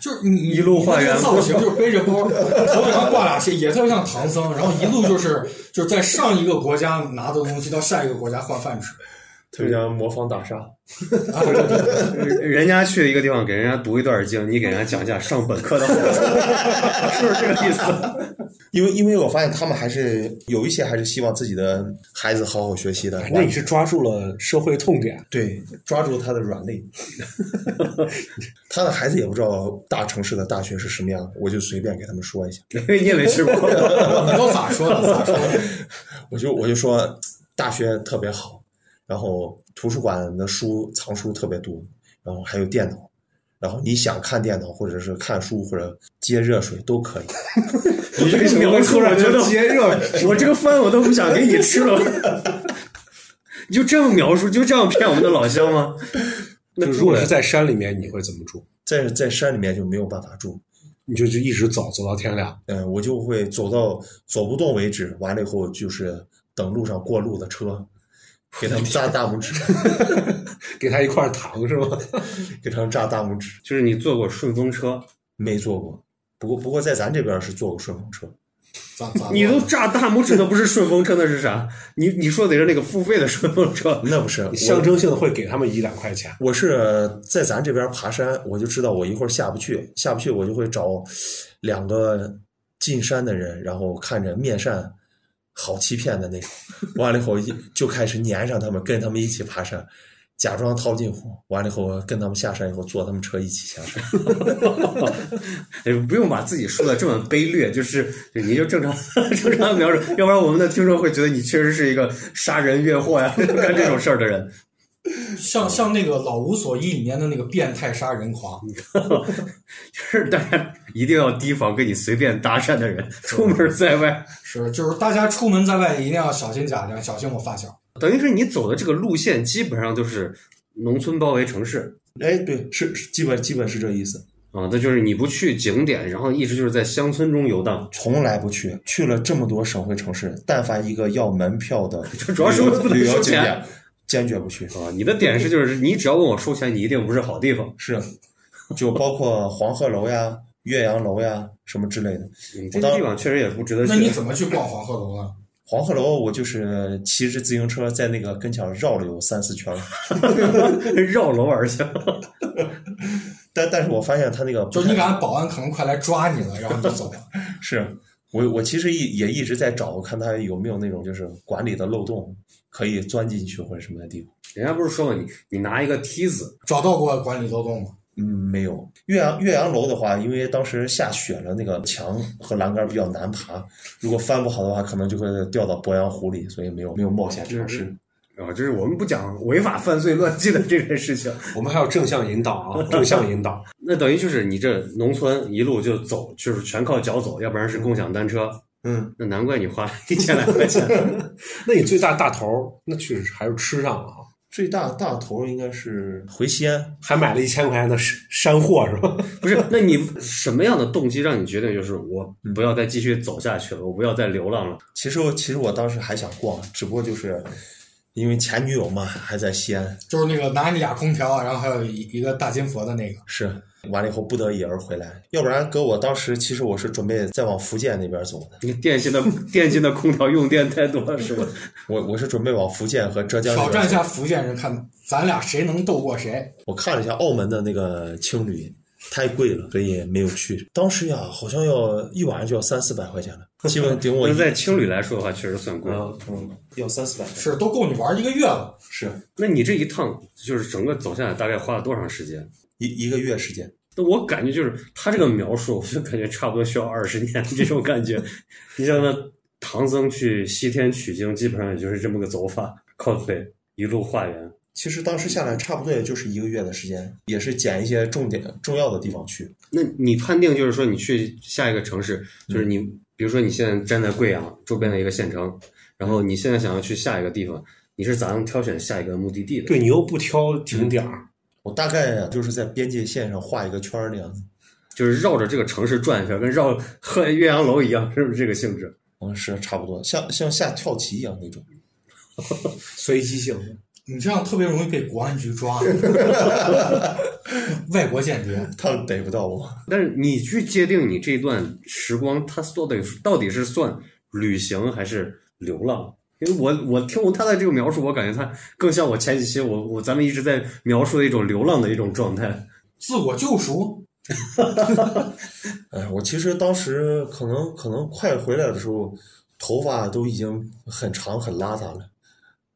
C: 就是你
D: 一路化缘
C: 你的造型，就是背着包，头顶上挂俩鞋，也特别像唐僧，然后一路就是就是在上一个国家拿的东西到下一个国家换饭吃。啊
B: 特别像魔方大厦。
D: 人家去一个地方给人家读一段经，你给人家讲一下上本科的好处， <laughs> 是不是这个意思？ <laughs>
B: 因为因为我发现他们还是有一些还是希望自己的孩子好好学习的，
D: 哎
A: 反正你是抓住了社会痛点，
B: 对抓住他的软
D: <laughs>
B: 肋。他的孩子也不知道大城市的大学是什么样的，我就随便给他们说一下。
D: 因为你也没吃过， <laughs>
C: 你都咋说的？咋说的？
B: 我就我就说大学特别好，然后图书馆的书藏书特别多，然后还有电脑，然后你想看电脑或者是看书或者接热水都可以。
D: 你这个描述我觉得接 <laughs> 热，我这个饭我都不想给你吃了。 <laughs> 你就这么描述，就这样骗我们的老乡吗？那
A: 就如果是在山里面，你会怎么住？
B: 在在山里面就没有办法住，
A: 你就就一直走，走到天亮。
B: 嗯，我就会走到走不动为止，完了以后就是等路上过路的车，给他们扎大拇指， <laughs>
A: 给他一块糖是吗？ <laughs>
B: 给他们扎大拇指。
D: 就是你坐过顺风车，
B: 没坐过，不过不过在咱这边是坐过顺风车，
C: 咋咋
D: 你都炸大拇指，那不是顺风车，那是啥？你你说的是那个付费的顺风车，
B: 那不是我
A: 你象征性的会给他们一两块钱。
B: 我是在咱这边爬山，我就知道我一会儿下不去，下不去我就会找两个进山的人，然后看着面善好欺骗的那种，完了以后一就开始粘上他们，跟他们一起爬山，假装套近乎，完了以后跟他们下山以后坐他们车一起下山。
D: 哎，不用把自己说的这么卑劣，就是你就正常 <laughs> 正常描述，要不然我们的听众会觉得你确实是一个杀人越货呀、 <laughs> 干这种事儿的人。
C: 像像那个《老无所依》里面的那个变态杀人狂，
D: 就是大家一定要提防跟你随便搭讪的人，出门在外，
C: 是就是大家出门在外一定要小心贾玲，小心我发小。
D: 等于是你走的这个路线基本上就是农村包围城市
B: 哎，对，是是基本基本是这意思，
D: 啊，那就是你不去景点，然后一直就是在乡村中游荡。，
B: 从来不去，去了这么多省会城市，但凡一个要门票 <laughs> 的
D: 主要是为了不能
B: 旅游
D: 收
B: 景
D: 钱
B: 点，坚决不去。
D: 啊，你的点是就是你只要问我收钱，你一定不是好地方。
B: 是，啊就包括黄鹤楼呀、岳阳楼呀什么之类的。
D: 你嗯这个地方确实也不值得去。
C: 那你怎么去逛黄鹤楼啊呢？
B: 黄鹤楼，我就是骑着自行车在那个跟前儿绕了有三四圈儿，
D: <laughs> 绕楼而下？
B: 但但是我发现他那个不
C: 就是你
B: 太
C: 感觉保安可能快来抓你了，然后你就走了。
B: 是啊我我其实一也一直在找，看他有没有那种就是管理的漏洞可以钻进去或者什么的地方。
D: 人家不是说嘛，你你拿一个梯子，
C: 找到过管理漏洞吗？
B: 嗯，没有。岳阳岳阳楼的话，因为当时下雪了，那个墙和栏杆比较难爬，如果翻不好的话，可能就会掉到鄱阳湖里，所以没有没有冒险尝试。
D: 啊，就是我们不讲违法犯罪乱纪的这件事情。 <laughs>
A: 我们还有正向引导啊，正向引导。
D: 那等于就是你这农村一路就走，就是全靠脚走，要不然是共享单车。
B: 嗯，
D: 那难怪你花了一千来块钱。
A: 那你最大大头儿，那确实还是吃上了啊，
B: 最大大头应该是回西安，
A: 还买了一千块钱的山山货是吧？
D: 不是，那你什么样的动机让你决定就是我不要再继续走下去了，我不要再流浪了？
B: 其实我其实我当时还想逛，只不过就是因为前女友嘛，还在西安，
C: 就是那个拿你俩空调，然后还有一一个大金佛的那个。
B: 是完了以后不得已而回来，要不然搁我当时其实我是准备再往福建那边走的，
D: 你电信的电信的空调用电太多了是吧？
B: 我我是准备往福建和浙江
C: 挑
B: 那
C: 战一
B: 边
C: 下
B: 走。
C: 福建人，看咱俩谁能斗过谁。
B: 我看了一下澳门的那个青旅，太贵了，所以没有去。当时呀，好像要一晚上就要三四百块钱了，基本
C: <laughs>
B: 顶我
D: 那
B: 一
D: 在青旅来说的话，确实算贵。
B: 嗯嗯要三四百，
C: 是都够你玩一个月了，
B: 是
D: 那你这一趟就是整个走下来，大概花了多长时间？
B: 一一个月时间。
D: 那我感觉就是他这个描述，我就感觉差不多需要二十年这种感觉。 <laughs> 你像那唐僧去西天取经，基本上也就是这么个走法，靠腿一路化缘。
B: 其实当时下来差不多也就是一个月的时间，也是捡一些重点重要的地方去。
D: 那你判定就是说，你去下一个城市，就是你，比如说你现在站在贵阳周边的一个县城，然后你现在想要去下一个地方，你是咋样挑选下一个目的地的？
A: 对你又不挑景点儿，
B: 我大概啊就是在边界线上画一个圈儿那样子。
D: 就是绕着这个城市转一圈，跟绕 <laughs> 鹤岳阳楼一样，是不是这个性质？
B: 嗯，是差不多，像像下跳棋一样那种。
A: 随机性。
C: 你这样特别容易被国安局抓。 <laughs> 外国间谍，
B: 他们逮不到我。
D: 但是你去界定你这段时光，它到底到底是算旅行还是流浪？因为我我听过他的这个描述，我感觉他更像我前几期我我咱们一直在描述的一种流浪的一种状态。
C: 自我救赎，
B: 哎，我其实当时可能可能快回来的时候，头发都已经很长很邋遢了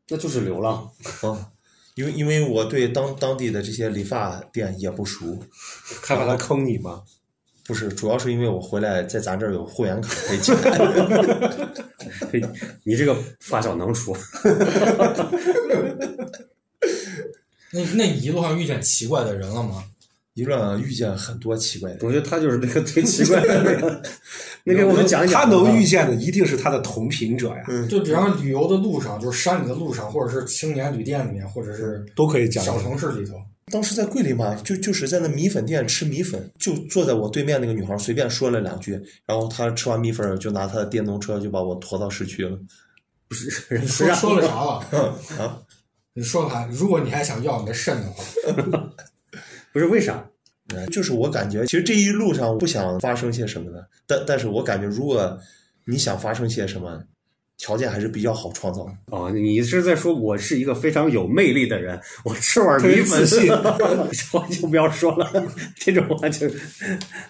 D: 那就是流浪，
B: 啊，因为因为我对当当地的这些理发店也不熟，
A: 害怕他坑你吗？
B: 不是，主要是因为我回来在咱这儿有会员卡可以进。
D: 嘿，你这个发小能除，
C: 那那你一路上遇见奇怪的人了吗？
B: <laughs> 一路上遇见很多奇怪的人，
D: 我觉得他就是那个最奇怪的人。那给我们讲一讲，
A: 他能遇见的一定是他的同频者呀，
B: 嗯，
C: 就比方说旅游的路上，就是山里的路上，或者是青年旅店里面，或者是
A: 都可以讲。
C: 小城市里头，
B: 当时在桂林嘛，就就是在那米粉店吃米粉，就坐在我对面那个女孩随便说了两句，然后她吃完米粉就拿她的电动车就把我驮到市区了。
C: 你说
D: 让
C: 说了啥了？
A: <laughs> 嗯
B: 啊，
C: 你说了啥？如果你还想要你的肾的话，
D: 不是为啥？
B: 呃就是我感觉其实这一路上我不想发生些什么的，但但是我感觉如果你想发生些什么，条件还是比较好创造的。
D: 哦，你是在说我是一个非常有魅力的人，我吃碗米粉， <laughs> 我就不要说了，这种话就，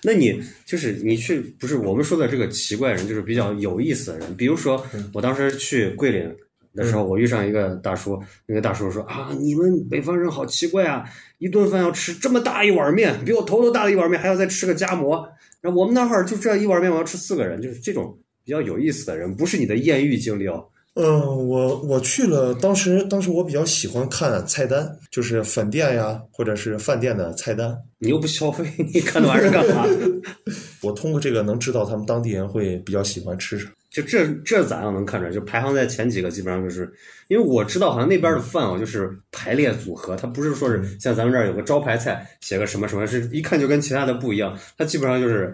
D: 那你就是你去不是我们说的这个奇怪人，就是比较有意思的人，比如说我当时去桂林。的时候，我遇上一个大叔，那个大叔说啊，你们北方人好奇怪啊，一顿饭要吃这么大一碗面，比我头都大的一碗面，还要再吃个夹馍。然后我们那会儿就这一碗面，我要吃四个人，就是这种比较有意思的人，不是你的艳遇经历哦，
B: 嗯，我我去了，当时当时我比较喜欢看菜单，就是粉店呀，或者是饭店的菜单。
D: 你又不消费， <laughs> 你看那玩意儿干嘛？ <laughs>
B: 我通过这个能知道他们当地人会比较喜欢吃啥。
D: 就这这咋样能看出来？就排行在前几个，基本上就是因为我知道，好像那边的饭啊，就是排列组合，它不是说
B: 嗯
D: 是像咱们这儿有个招牌菜，写个什么什么，是一看就跟其他的不一样。它基本上就是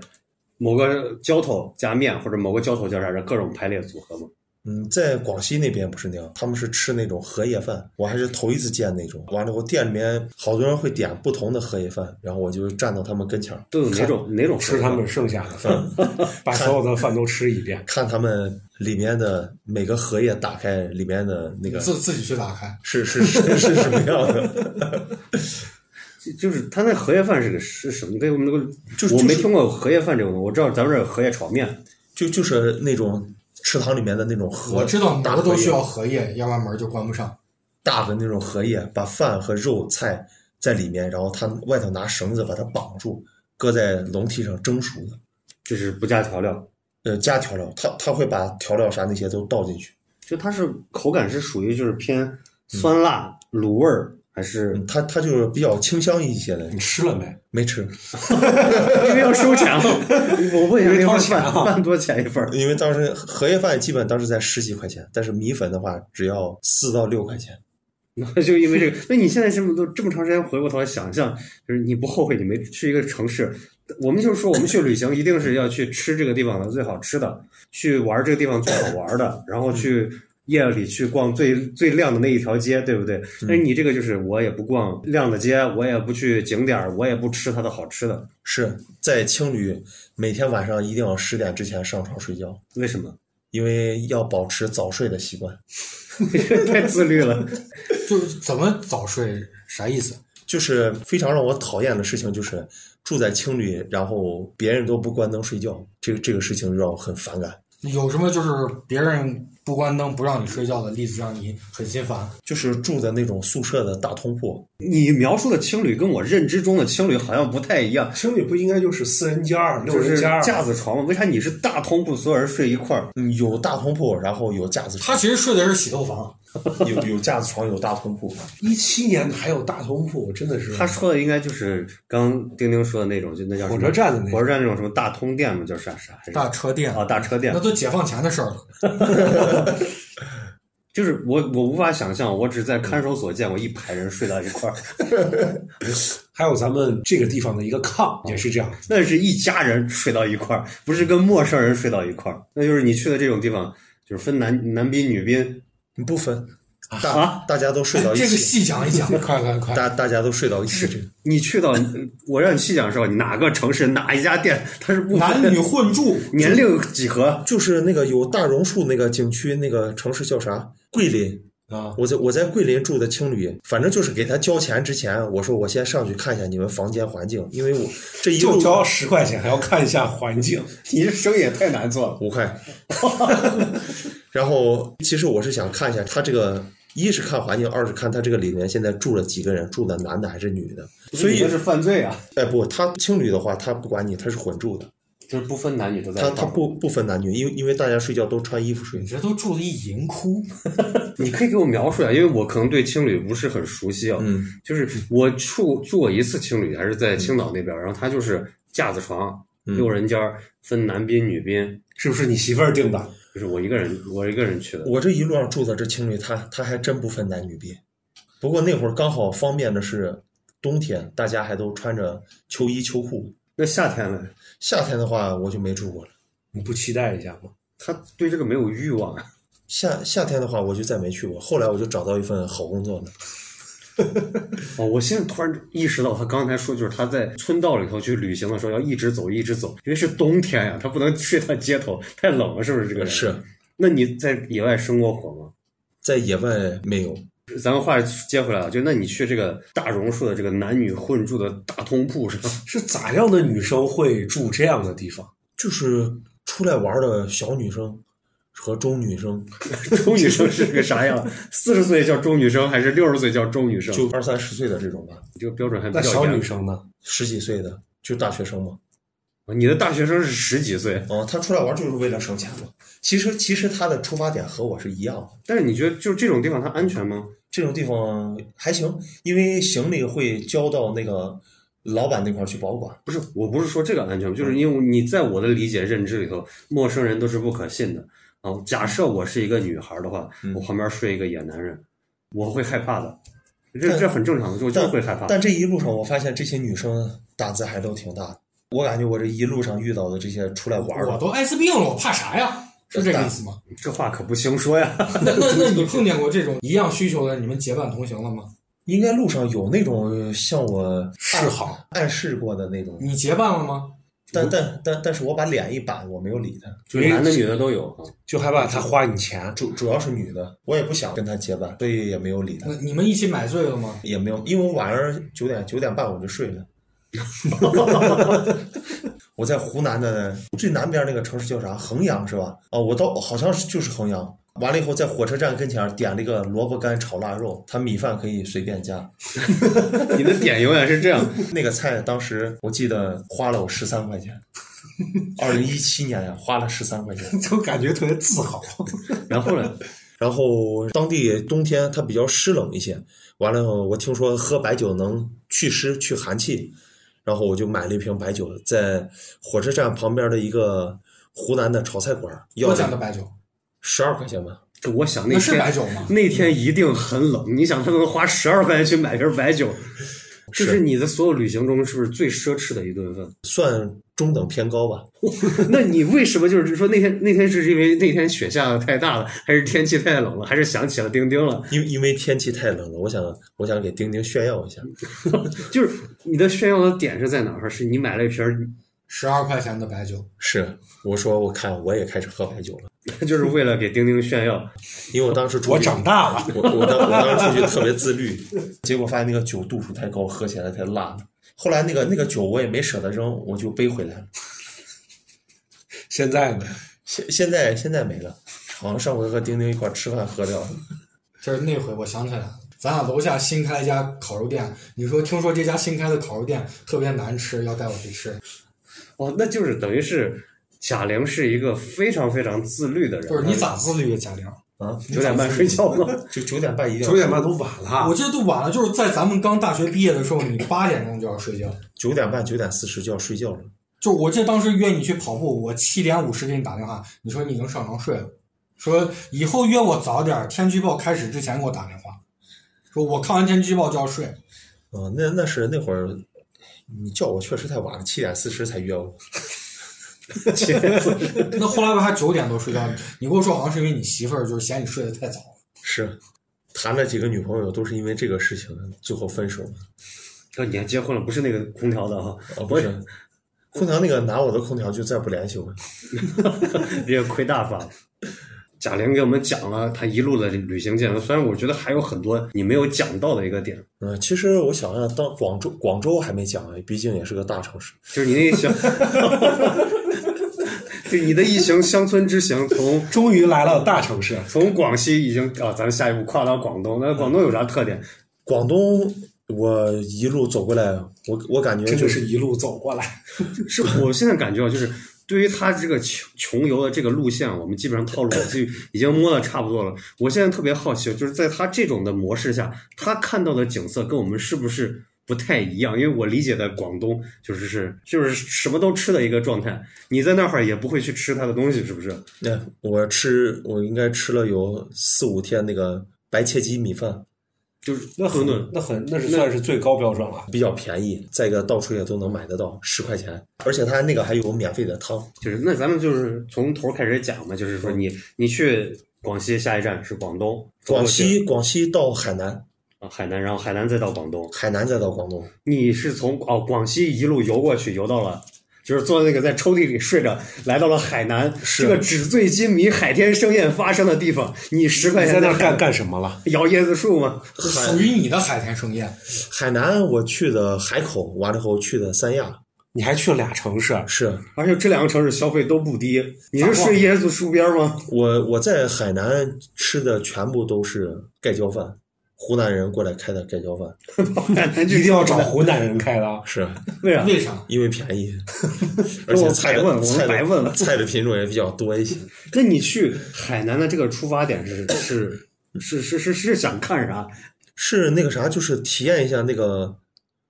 D: 某个浇头加面，或者某个浇头加啥，这各种排列组合嘛。
B: 嗯，在广西那边不是那样，他们是吃那种荷叶饭，我还是头一次见那种。完了以后，店里面好多人会点不同的荷叶饭，然后我就站到他们跟前儿，
D: 都有哪种哪种
A: 吃他们剩下的饭，把所有的饭都吃一遍。 <laughs>
B: 看他们里面的每个荷叶打开里面的那个
C: 自自己去打开。
B: 是是是是什么样的。 <laughs>
D: 就就是他那荷叶饭是个是什么？你可以我们那个，
B: 就是
D: 我没
B: 就是
D: 听过有荷叶饭这种东西，我知道咱们这儿有荷叶炒面，
B: 就就是那种池塘里面的那种荷，
C: 我知道
B: 大
C: 门
B: 荷
C: 儿都
B: 叶
C: 需要荷叶，要不然门儿就关不上。
B: 大的那种荷叶，把饭和肉菜在里面，然后他外头拿绳子把它绑住，搁在笼屉上蒸熟的。
D: 就是不加调料，
B: 呃，加调料，他他会把调料啥那些都倒进去。
D: 就它是口感是属于就是偏酸辣卤味儿，还是
B: 嗯，他他就是比较清香一些的
A: 你，吃了没？
B: 没吃，
D: 因为要收钱 <laughs> 了，我问一下
A: 没
D: 那份
A: 掏
D: 饭 <laughs>
A: 钱啊
D: 饭多钱一份儿？
B: 因为当时荷叶饭基本当时在十几块钱，但是米粉的话只要四到六块钱。
D: 那就因为 <laughs> 这个，那你现在这么多这么长时间回过头来想象，就是你不后悔你没去一个城市？我们就是说，我们去旅行一定是要去吃这个地方的最好吃的，去玩这个地方最好玩 <laughs> 的，然后去夜里去逛最最亮的那一条街，对不对？但是你这个就是我也不逛亮的街，我也不去景点儿，我也不吃它的好吃的，
B: 是在青旅，每天晚上一定要十点之前上床睡觉，
D: 为什么？
B: 因为要保持早睡的习惯。
D: <laughs> 太自律了。
C: 就是怎么早睡啥意思？
B: 就是非常让我讨厌的事情，就是住在青旅，然后别人都不关灯睡觉，这个这个事情让我很反感。
C: 有什么就是别人不关灯不让你睡觉的例子，让你很心烦？
B: 就是住的那种宿舍的大通铺，
D: 你描述的青旅跟我认知中的青旅好像不太一样，
A: 青旅不应该就是四人间儿、六
D: 就
A: 人
D: 是
A: 间儿？
D: 架子床嘛，为啥你是大通铺，所有人睡一块儿？
B: 嗯有大通铺，然后有架子
C: 他
B: 床，
C: 其实睡的是洗头房，
B: 有有架子床，有大通铺。
A: 一七年还有大通铺，真的是
D: 他说的应该就是刚丁丁说的那种，就那叫什么
A: 火车站的那
D: 火车站那种什么大通店嘛，叫啥啥？还是
C: 大车店
D: 啊，大车店
C: 那，都解放前的事儿了。
D: 就是我我无法想象，我只在看守所见过一排人睡到一块儿，
A: 还有咱们这个地方的一个炕
B: 哦
A: 也是这样，
D: 那是一家人睡到一块儿，不是跟陌生人睡到一块儿。那就是你去的这种地方，就是分男男宾女宾
B: 你不分，大、
D: 啊
B: 大家都
A: <laughs>
B: 睡到一
C: 这个
B: 起，
C: 细讲一
B: <laughs>
C: 讲，快快快！
B: 大大家都睡到一起，这个
D: 你去到，我让你细讲的时候，哪个城市哪一家店，它是不分
C: 男女混住，
D: 年龄几何？
B: 就是那个有大榕树那个景区那个城市叫啥？桂林，
A: 啊，
B: 我在我在桂林住的青旅，反正就是给他交钱之前，我说我先上去看一下你们房间环境，因为
A: <laughs>
B: 我这一
A: 就
B: 路
A: 交十块钱，还要看一下环境。
D: 你这生意也太
B: <laughs>
D: 难做了。
B: 五块，然后其实我是想看一下他这个一是看环境，二是看他这个里面现在住了几个人，住的男的还是女的。所
D: 这
B: 以，
D: 是犯罪啊，
B: 哎不，他青旅的话，他不管你，他是混住的，
D: 就是不分男女都在一块
B: 他
D: 儿。
B: 他不不分男女，因为因为大家睡觉都穿衣服睡
C: 你。这都住了一银窟，
D: 你可以给我描述一下，因为我可能对青旅不是很熟悉啊。
B: 嗯，
D: 就是我住住过一次青旅，还是在青岛那边，然后它就是架子床，
B: 嗯
D: 六人间儿，分男宾女宾，
A: 是不是你媳妇儿定的？
D: 就是我一个人，我一个人去的。
B: 我这一路上住的这青旅，他他还真不分男女宾。不过那会儿刚好方便的是冬天，大家还都穿着秋衣秋裤。
D: 那夏天呢？
B: 夏天的话，我就没住过了。
A: 你不期待一下吗？
D: 他对这个没有欲望，啊
B: 夏夏天的话，我就再没去过。后来我就找到一份好工作了。
D: 哦，我现在突然意识到，他刚才说就是他在村道里头去旅行的时候要一直走，一直走，因为是冬天呀、他不能睡在街头，太冷了，是不是这个人？。
B: 是
D: 那你在野外生过火吗？
B: 在野外没有，
D: 咱们话接回来啊，就那你去这个大榕树的这个男女混住的大通铺上， <laughs>
A: 是咋样的女生会住这样的地方？
B: 就是出来玩的小女生和中女生，
D: 中女生是个啥样？四十岁叫中女生还是六十岁叫中女生？
B: 就二三十岁的这种吧，
D: 这个标准还比
A: 那
D: 较
A: 小
D: 严
A: 女。生呢？
B: 十几岁的就大学生嘛。
D: 你的大学生是十几岁，
B: 啊、他出来玩就是为了省钱嘛。其实其实他的出发点和我是一样的。
D: 但是你觉得就是这种地方它安全吗？
B: 这种地方还行，因为行李会交到那个老板那块儿去保管。
D: 不是，我不是说这个安全，就是因为你在我的理解认知里头，陌生人都是不可信的。啊，假设我是一个女孩的话，
B: 嗯
D: 我旁边睡一个野男人，我会害怕的，这
B: 但
D: 这很正常的，我就是会害怕。
B: 但这一路上，我发现这些女生胆子还都挺大的。我感觉我这一路上遇到的这些出来玩
C: 我
B: 的，
C: 都艾滋病了，我怕啥呀？是这个意思吗？
D: 这话可不兴说呀。
C: <laughs> 那那那你碰见过这种一样需求的，你们结伴同行了吗？
B: 应该路上有那种向我
A: 示好，
B: 暗示过的那种，
C: 啊你结伴了吗？
B: 但但但但是我把脸一板，我没有理他。
D: 就是男的女的都有啊。
A: 就害怕她花你钱。
B: 主主要是女的，我也不想跟她结伴，所以也没有理她
C: 那，你们一起买醉了吗？
B: 也没有，因为我晚上九点九点半我就睡了。我在湖南的最南边那个城市叫啥？衡阳是吧？哦，我到好像是就是衡阳。完了以后，在火车站跟前儿点了一个萝卜干炒腊肉，他米饭可以随便加。
D: 你的点永远是这样，
B: 那个菜当时我记得花了我十三块钱，二零一七年呀、花了十三块钱。
A: <laughs> 就感觉特别自豪。
D: 然后呢？
B: 然后当地冬天它比较湿冷一些，完了以后我听说喝白酒能祛湿去寒气，然后我就买了一瓶白酒，在火车站旁边的一个湖南的炒菜馆儿要
C: <laughs> 我讲的白酒，
B: 十二块钱吧，
D: 我想那
C: 那是
D: 天
C: 白酒吗？
D: 那天一定很冷，你想他能花十二块钱去买瓶白酒，这是你的所有旅行中是不是最奢侈的一顿饭？
B: 算中等偏高吧。
D: <laughs> 那你为什么就是说那天那天是因为那天雪下的太大了， <laughs> 还是天气太冷了，还是想起了丁丁了？
B: 因因为天气太冷了，我想我想给丁丁炫耀一下，
D: 就是你的炫耀的点是在哪儿？是你买了一瓶儿， <laughs>
C: 十二块钱的白酒，
B: 是我说我看我也开始喝白酒了，
D: 就是为了给丁丁炫耀。
B: 因为我当时出
A: 我
B: 去
A: 长大了，
B: 我我当我当时出去特别自律，结果发现那个酒度数太高，喝起来太辣了。后来那个那个酒我也没舍得扔，我就背回来了。
A: 现在呢？
B: 现现在现在没了，好像上回和丁丁一块儿吃饭喝掉了。
C: 就是那回我想起来了。咱俩楼下新开一家烤肉店，你说听说这家新开的烤肉店特别难吃，要带我去吃，
D: 哦，那就是等于是贾玲是一个非常非常自律的人。
C: 就是你
A: 嗯
C: 咋自律啊，贾玲？
B: 啊，
D: 九点半睡觉吗？
B: <laughs> 就九点半一定要
A: 九点半都晚了
C: 我，这都晚了，就是在咱们刚大学毕业的时候，你八点钟就要睡觉。
B: 九点半九点四十就要睡觉了。
C: 就我这当时约你去跑步，我七点五十给你打电话，你说你已经上床睡了，说以后约我早点，天气预报开始之前给我打电话，说我看完天气预报就要睡。
B: 啊，那那是那会儿你叫我确实太晚了，七点四十才约我。
C: 那后来为啥九点多睡觉？你跟我说好像是因为你媳妇儿就是嫌你睡得太早了。
B: 是，谈了几个女朋友都是因为这个事情，最后分手了。
D: 哥，你还结婚了？不是那个空调 <laughs> 的啊哈、
B: 哦，不是，空调那个拿我的空调就再不联系我了。
D: 这个亏大发了。贾玲给我们讲了她一路的旅行见闻，虽然我觉得还有很多你没有讲到的一个点，
B: 嗯，其实我想想，当广州广州还没讲呢，毕竟也是个大城市。
D: 就是你那小，对你的一行乡村之行，从
A: 终于来到大城市，
D: 从广西已经啊，咱下一步跨到广东。那广东有啥特点？
B: 广东，我一路走过来，我我感觉
A: 真
B: 就
A: 的
B: 是
A: 是一路走过来。
D: 是我现在感觉啊，就是对于他这个穷穷游的这个路线，我们基本上套路就已经摸得差不多了。我现在特别好奇，就是在他这种的模式下，他看到的景色跟我们是不是不太一样？因为我理解的广东就是是就是什么都吃的一个状态，你在那会儿也不会去吃他的东西，是不是？
B: 那、哎我吃我应该吃了有四五天那个白切鸡米饭，
D: 就是
A: 那很
D: 馄饨，
A: 那很那是算是最高标准了。
B: 比较便宜，再一个到处也都能买得到，十块钱，而且它那个还有免费的汤。
D: 就是那咱们就是从头开始讲嘛，就是
A: 嗯
D: 说你你去广西下一站是广东，
B: 广西广西到海南，
D: 啊海南，然后海南再到广东。
B: 海南再到广东，
D: 你是从哦广西一路游过去，游到了，就是坐那个在抽屉里睡着，来到了海南，
B: 是
D: 这个纸醉金迷、海天盛宴发生的地方。你十块
A: 你
D: 钱
A: 在那
D: 海
A: 儿干干什么了？
D: 摇椰子树吗？
C: 属于你的海天盛宴。
B: 海南我去的海口，完了后去的三亚，
A: 你还去了俩城市，
B: 是
D: 而且这两个城市消费都不低。你是睡椰子树边吗？
B: 我我在海南吃的全部都是盖浇饭，湖南人过来开的盖
D: <laughs>
B: 浇饭，
D: 海南
A: <laughs> 一定要找湖南人开的啊。
B: 是
D: 为啥？
C: 为啥？
B: 因为便
D: <laughs>
B: 宜，而且菜
D: 白问
B: 的
D: 我们
B: 菜
D: 白问了
B: 的菜的品种也比较多一些。
D: 跟你去海南的这个出发点是是是是是是想看啥？
B: 是那个啥，就是体验一下那个，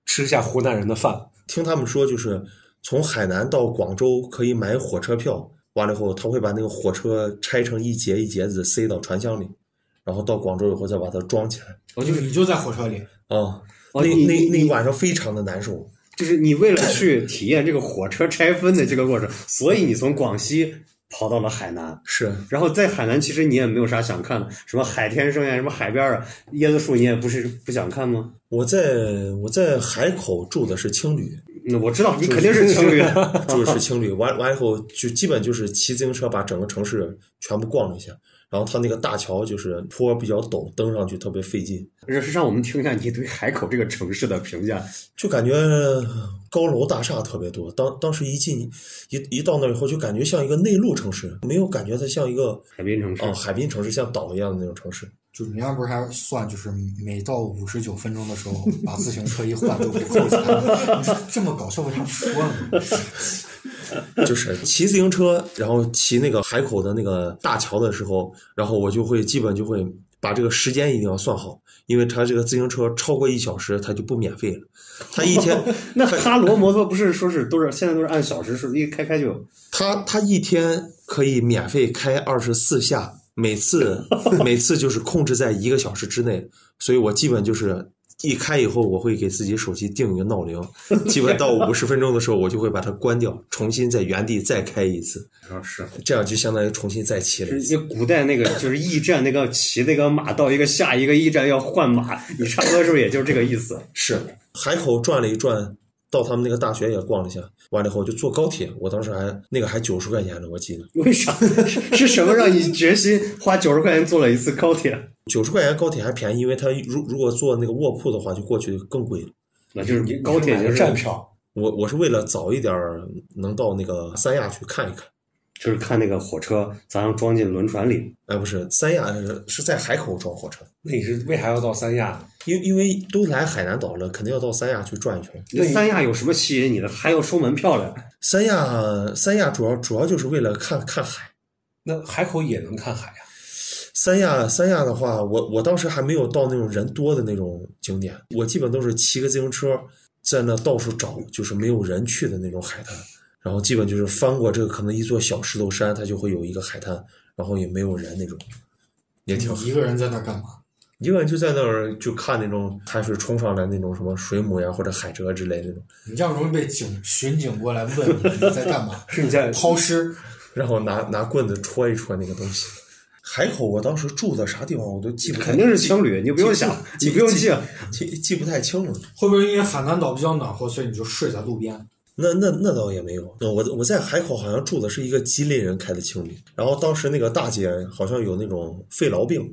A: 吃一下湖南人的饭，
B: 听他们说就是从海南到广州可以买火车票，完了以后他会把那个火车拆成一节一节子塞到船厢里，然后到广州以后再把它装起来。
D: 我就
C: 就是你就在火车里，
B: 啊、
D: 哦
B: 那
D: 你
B: 那
D: 你
B: 那一晚上非常的难受。
D: 就是你为了去体验这个火车拆分的这个过程，所以你从广西跑到了海南。
B: 是
D: 然后在海南，其实你也没有啥想看的，什么海天盛宴，什么海边啊，椰子树，你也不是不想看吗？
B: 我在我在海口住的是青旅，
D: 那嗯我知道 <laughs> 你肯定是
B: <laughs>
D: 啊情侣，
B: 住的是青旅，完完以后就基本就是骑自行车把整个城市全部逛了一下。然后它那个大桥就是坡比较陡，登上去特别费劲，
D: 这是让我们听一下你对海口这个城市的评价。
B: 就感觉高楼大厦特别多。当当时一进一一到那以后，就感觉像一个内陆城市，没有感觉它像一个
D: 海滨城市，
B: 哦海滨城市，像岛一样的那种城市。
C: 就人家不是还算，就是每到五十九分钟的时候，把自行车一换就被扣钱。 <laughs> 你说这么搞笑，为啥不说呢？
B: 就是骑自行车，然后骑那个海口的那个大桥的时候，然后我就会基本就会把这个时间一定要算好，因为它这个自行车超过一小时它就不免费了，它一天
D: 那哈罗摩托不是说是都是现在都是按小时是一开开就有，
B: 它它一天可以免费开二十四下，每次每次就是控制在一个小时之内，所以我基本就是。一开以后，我会给自己手机定一个闹铃，基本到五十分钟的时候，我就会把它关掉，重新在原地再开一次，
D: 啊是。
B: 这样就相当于重新再骑了
D: 就
B: 一次。
D: 是一古代那个，就是驿站那个骑那个马到一个下一个驿站要换马，你差不多是不是也就这个意思？
B: 是海口转了一转，到他们那个大学也逛了一下，完了以后就坐高铁，我当时还那个还九十块钱呢，我记得
D: 为啥？是是什么让你决心花九十块钱坐了一次高铁？
B: 九十块钱高铁还便宜，因为它如如果坐那个卧铺的话，就过去更贵了。
D: 那就是
A: 你
D: 高铁
A: 你买
D: 就
A: 的
D: 是
A: 站票，
B: 我我是为了早一点儿能到那个三亚去看一看，
D: 就是看那个火车咋样装进轮船里。
B: 哎，不是三亚是是在海口装火车，
A: 那你是为啥要到三亚？
B: 因因为都来海南岛了，肯定要到三亚去转一圈。
D: 那三亚有什么吸引你的？还要收门票嘞？
B: 三亚三亚主要主要就是为了看看海。
A: 那海口也能看海呀、？
B: 三亚，三亚的话，我我当时还没有到那种人多的那种景点，我基本都是骑个自行车在那到处找，就是没有人去的那种海滩，然后基本就是翻过这个可能一座小石头山，它就会有一个海滩，然后也没有人那种，也挺好。
C: 一个人在那干嘛？
B: 一个人就在那儿就看那种海水冲上来那种什么水母呀或者海蜇之类的那种，
C: 你这样容易被警巡警过来问你你在干嘛
A: 是你在
C: 抛尸。
B: 然后拿拿棍子戳一戳那个东西。海口，我当时住的啥地方我都记不太，
D: 肯定是青旅，你不用想，你不用记。
B: 记记不太清了。
C: 会不会因为海南岛比较暖和，所以你就睡在路边？
B: 那那那倒也没有，呃我我在海口好像住的是一个吉林人开的青旅，然后当时那个大姐好像有那种肺痨病，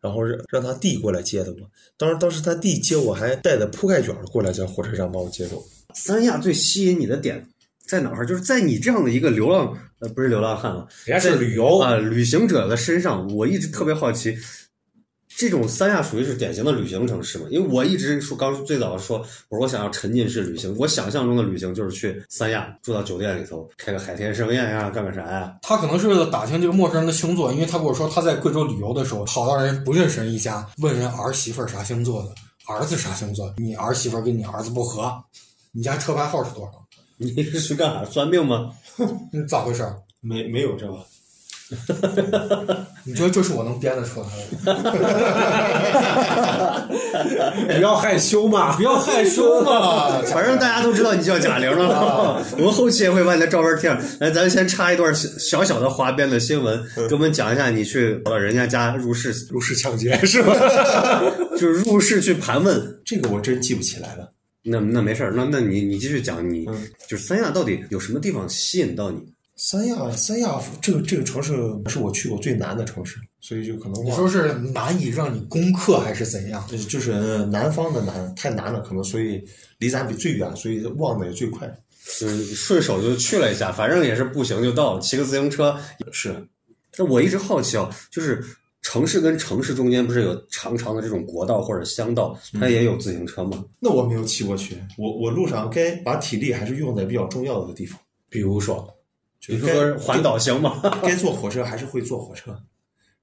B: 然后让让她弟过来接的我，当时当时她弟接我还带着铺盖卷儿过来，在火车站把我接走。
D: 三亚最吸引你的点在哪儿？就是在你这样的一个流浪，呃，不是流浪汉了，
A: 人家是旅游，
D: 啊、旅行者的身上，我一直特别好奇，这种三亚属于是典型的旅行城市嘛？因为我一直说，刚最早说，我说我想要沉浸式旅行，我想象中的旅行就是去三亚，住到酒店里头，开个海天盛宴呀，干个啥呀？ <laughs>
C: 他可能是为了打听这个陌生人的星座，因为他跟我说他在贵州旅游的时候，好到人不认识人一家，问人儿媳妇儿啥星座的，儿子啥星座，你儿媳妇儿跟你儿子不和，你家车牌号是多少？
D: 你是去干啥？算命吗？
C: 你咋回事儿？
B: 没没有这吧？
C: 你觉得这是我能编得出来的？ <laughs>
A: 不要害羞嘛
C: 不。要害羞嘛！ <laughs>
D: 反正大家都知道你叫贾玲
B: <laughs>
D: 了，我们后期也会把你的照片贴上。来，咱们先插一段小小小的花边的新闻，
B: 嗯
D: 给我们讲一下你去跑到人家家入室，
A: 入室抢劫是吧？
D: 就是入室去盘问。
B: 这个我真记不起来了。
D: 那那没事儿，那那你你继续讲，你就是三亚到底有什么地方吸引到你？
B: 三亚，三亚这个这个城市是我去过最难的城市，所以就可能忘
C: 你
B: 了
C: 说是难以让你攻克还是怎样？
B: 呃就是南方的难太难了，可能所以离咱比最远，所以忘的也最快。
D: 就是嗯顺手就去了一下，反正也是步行就到了，骑个自行车。
B: 是，
D: 那我一直好奇啊，就是城市跟城市中间不是有长长的这种国道或者乡道，它也有自行车吗？
B: 那我没有骑过去，我我路上该把体力还是用在比较重要的地方，
A: 比如说，
D: 比如说环岛行吗？
B: 该坐火车还是会坐火车，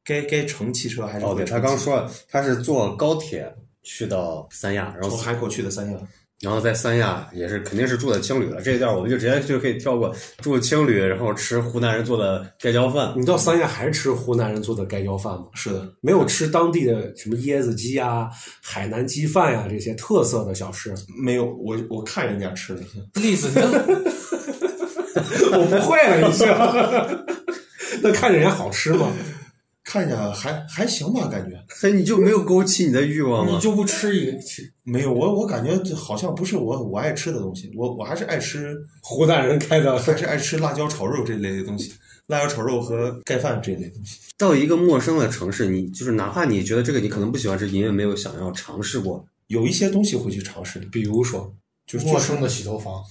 B: 该该乘汽车还是
D: 哦，对
B: 会乘汽车。
D: 他刚说了他是坐高铁去到三亚，然
B: 从
D: 后
B: 海口去的三亚，
D: 然后在三亚也是肯定是住的青旅了。这一段我们就直接就可以跳过，住青旅，然后吃湖南人做的盖浇饭。
A: 你到三亚还吃湖南人做的盖浇饭吗？
B: 是的，
A: 没有吃当地的什么椰子鸡啊、海南鸡饭呀、这些特色的小吃。
B: 没有我我看人家吃了，
C: 栗子，你
A: <laughs> 我不会了，你这。 <laughs> 那看着人家好吃吗？
B: 看着还还行吧，感觉
D: 所以 <laughs> 你就没有勾起你的欲望
C: 你
D: 吗？
C: 就不吃一吃？
B: 没有我我感觉这好像不是我我爱吃的东西，我我还是爱吃
A: 湖南人开的
B: 还是爱吃辣椒炒肉这类的东西，辣椒炒肉和盖饭这类东西。
D: 到一个陌生的城市，你就是哪怕你觉得这个你可能不喜欢吃，因为没有想要尝试过。
B: 有一些东西会去尝试，
A: 比如说，
B: 就是
C: 陌
B: 就是
C: 生的洗头房，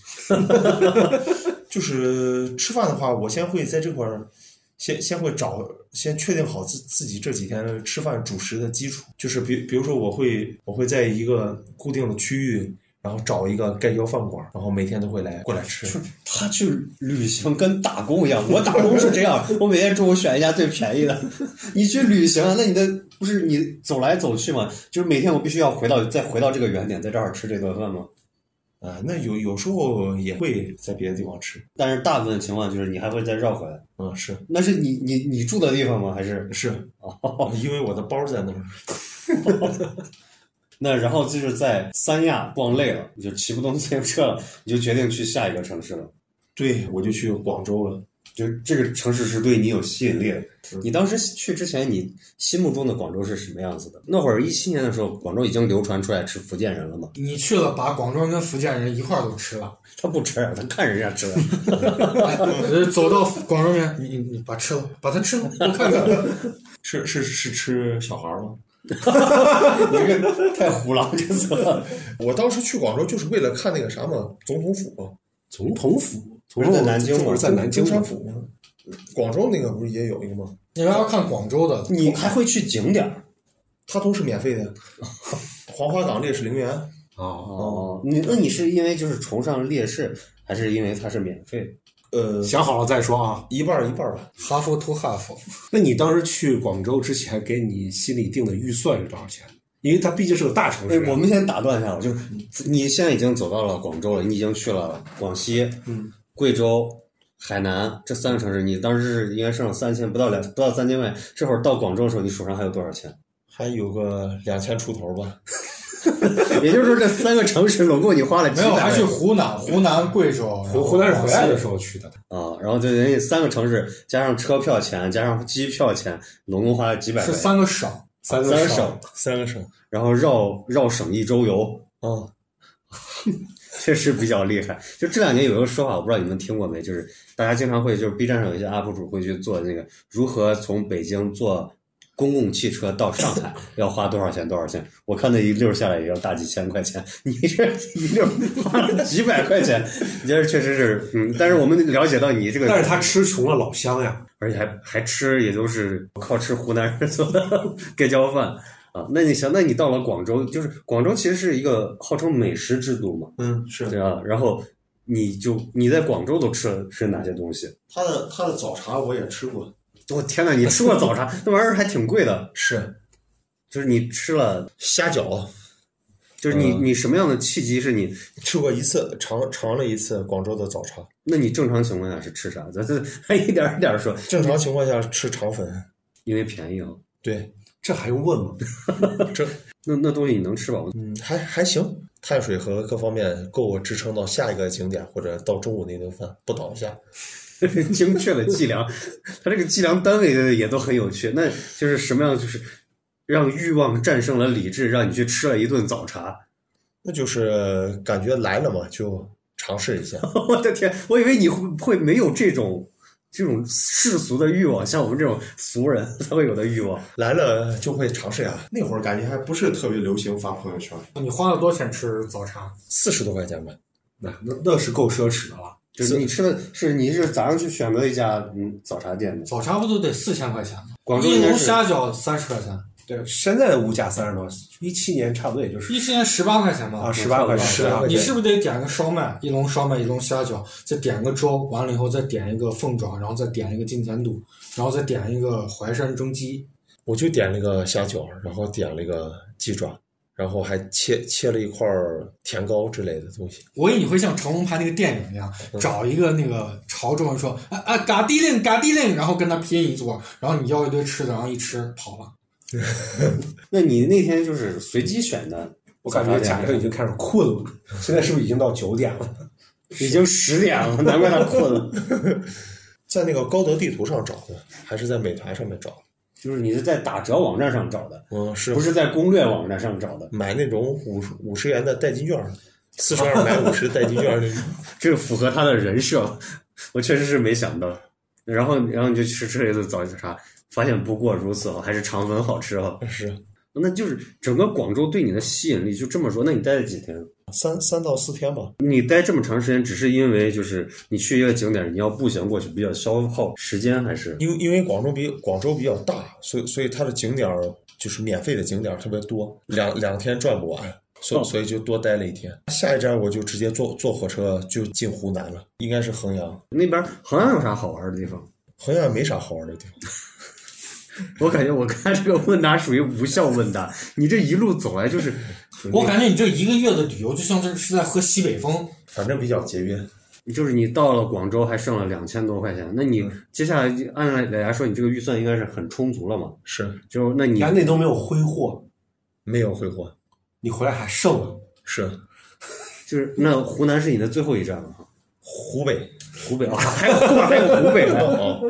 B: 就是吃饭的话，我先会在这块儿先先会找先确定好自自己这几天吃饭主食的基础，就是比比如说我会我会在一个固定的区域。然后找一个盖浇饭馆，然后每天都会来过来吃。
D: 他去旅行跟打工一样，我打工是这样，我每天中午选一家最便宜的。 <laughs> 你去旅行，啊那你的不是你走来走去嘛？就是每天我必须要回到再回到这个原点，在这儿吃这顿饭吗？
B: 啊、那有有时候也会在别的地方吃。
D: 但是大部分情况就是你还会再绕回来。
B: 嗯，是
D: 那是你你你住的地方吗？还是
B: <laughs> 是，因为我的包在那儿。
D: 那然后就是在三亚逛累了，你就骑不动自行车了，你就决定去下一个城市了。
B: 对，我就去广州了。
D: 就是这个城市是对你有吸引力的。你当时去之前，你心目中的广州是什么样子的？那会儿一七年的时候，广州已经流传出来吃福建人了嘛？
C: 你去了把广州人跟福建人一块儿都吃了。
D: 他不吃，啊他看人家吃了。
C: 呃走到广州人，你你你把吃了，把它吃了，我看看。 <laughs>
B: 是是是吃小孩儿吗？
D: 你这个太虎狼之词了。
B: 我当时去广州就是为了看那个啥嘛，总统府嘛，
A: 总统府，总
D: 是
A: 统
B: 哦
D: 在南京
A: <laughs>
D: 吗
A: 不是在南京
B: 中山
A: 吗？
B: 府嘛。广州那个不是也有一个吗？
C: 你们要看广州的，
D: 你还会去景点儿
B: 它都是免费 <laughs> 的。黄花岗烈士陵园，
A: 啊，
D: 哦？你那你是因为就是崇尚烈士，还是因为它是免费？
B: 呃，
A: 想好了再说啊。
B: 一半儿一半儿吧。
C: 哈佛 to 哈佛，
A: 那你当时去广州之前，给你心里定的预算是多少钱？因为它毕竟是个啊大城
D: 哎
A: 市，，
D: 我们先打断一下，我就是你现在已经走到了广州了，你已经去了广西、
B: 嗯、
D: 贵州、海南这三个城市，你当时是应该剩了三千，不到两不到三千块。这会儿到广州的时候，你手上还有多少钱？
B: 还有个两千出头吧。
D: <laughs> 也就是说，这三个城市总共你花了几
C: 没有，
D: 百
C: 还去
D: 万
C: 湖南、湖南、贵州、
A: 湖湖南是
C: 然后
A: 回来的时候去的，
D: 啊？然后就人家三个城市加上车票钱，加上机票钱，总共花了几百
C: 是
D: 块。
C: 三个省，
A: <laughs> 三
D: 三
A: 个
D: 个
A: 省
D: 省，
B: 三个省
D: 然后绕绕省一周游，哦
B: 啊，
D: <laughs> 确实比较厉害。就这两年有一个说法，我不知道你们听过没，就是大家经常会，就是 B 站上有一些 UP 主会去做那个如何从北京坐公共汽车到上海要花多少钱？多少钱？我看那一溜儿下来也要大几千块钱，你这一溜儿花了几百块钱，你这确实是，嗯。但是我们了解到你这个，
A: 但是他吃穷了老乡呀，
D: 而且还还吃，也就是靠吃湖南人做的 <laughs> 盖浇饭啊。那你想，那你到了广州，就是广州其实是一个号称美食之都嘛，
B: 嗯，是
D: 对吧？然后你就你在广州都吃了吃哪些东西？
B: 他的他的早茶我也吃过，
D: 我天呐，你吃过早茶？那玩意儿还挺贵的。
B: 是
D: 就是你吃了，
B: 虾饺
D: 就是你、
B: 嗯
D: 你什么样的契机是你？
B: 吃过一次，尝尝了一次广州的早茶。
D: 那你正常情况下是吃啥？咱咱还 <laughs> 一点儿一点儿说，
B: 正常情况下吃肠粉，
D: 因为便宜啊。
B: 对，
A: 这还用问吗？
B: 这
D: 那那东西你能吃饱吗？
B: 嗯还还行，碳水和各方面够我支撑到下一个景点或者到中午那顿饭不倒下。
D: <laughs> 精确的计量，它这个计量单位也都很有趣。那就是什么样？就是让欲望战胜了理智，让你去吃了一顿早茶。
B: 那就是感觉来了嘛，就尝试一 <laughs> 下。
D: 我的天，我以为你会会没有这种这种世俗的欲望，像我们这种俗人才会有的欲望。
B: 来了就会尝试呀。
E: 那会儿感觉还不是特别流行发朋友圈，
C: 你花了多少钱吃早茶？
B: 四十多块钱吧，
A: 那那那是够奢侈的了。
D: 就是你吃的是你是早上去选择一家嗯早茶店的，
C: 早茶不都得四千块钱吗？
D: 广州
C: 一
D: 应该
C: 笼
D: 是
C: 虾饺三十块钱，
A: 对，现在的物价三十多，一七年差不多也就是
C: 一七年十八块钱吧。
A: 啊十八块钱，
B: 18
A: 18
B: 块
C: 你
B: 钱
C: 是不是得点个烧麦，一笼烧麦，一笼虾饺，再点个粥，完了以后再点一个凤爪，然后再点一个金钱肚，然后再点一个淮山蒸鸡。
B: 我就点了一个虾饺，然后点了一个鸡爪，然后还切切了一块儿甜糕之类的东西。
C: 我以为你会像成龙拍那个电影一样，找一个那个潮州人说啊啊嘎滴令嘎滴令，然后跟他拼一桌，然后你要一堆吃的，然后一吃跑了。
D: 那你那天就是随机选的，
A: 我感觉贾哥已经开始困了，现在是不是已经到九点了？
D: 已经十点了，难怪他困了。 <laughs>
B: 在那个高德地图上找的，嗯还是在美团上面找的？
D: 就是你是在打折网站上找的，
B: 嗯，是
D: 不是在攻略网站上找的？
B: 买那种五十五十元的代金券儿，四十二买五十代金券儿那种。
D: 这个符合他的人设， <laughs> 我确实是没想到。然后，然后你就去吃了一顿早茶，发现不过如此哈，啊还是肠粉好吃哈。
B: <laughs> 是
D: 那就是整个广州对你的吸引力就这么说。那你待了几天？
B: 三三到四天吧。
D: 你待这么长时间，只是因为就是你去一个景点，你要步行过去比较消耗时间，还是
B: 因为因为广州比广州比较大，所以所以它的景点儿就是免费的景点儿特别多，两两天转不完，所
D: 哦
B: 以所以就多待了一天。下一站我就直接坐坐火车就进湖南了，应该是衡阳。
D: 那边衡阳有啥好玩的地方？
B: 衡阳也没啥好玩的地方，
D: 我感觉我看这个问答属于无效问答，你这一路走来就是，嗯
C: 我感觉你这一个月的旅游就像这是在喝西北风。
B: 反正比较节约。
D: 就是你到了广州还剩了两千多块钱，那你
B: 嗯
D: 接下来就按理来说你这个预算应该是很充足了嘛？
B: 是
D: 就那你
A: 你看那都没有挥霍，
B: 没有挥霍，
A: 你回来还剩了。
B: 是
D: 就是那湖南是你的最后一站了哈，
B: 湖北。
D: 湖北啊， <laughs> 还有后面还有湖
B: <laughs>
D: 北呢。哦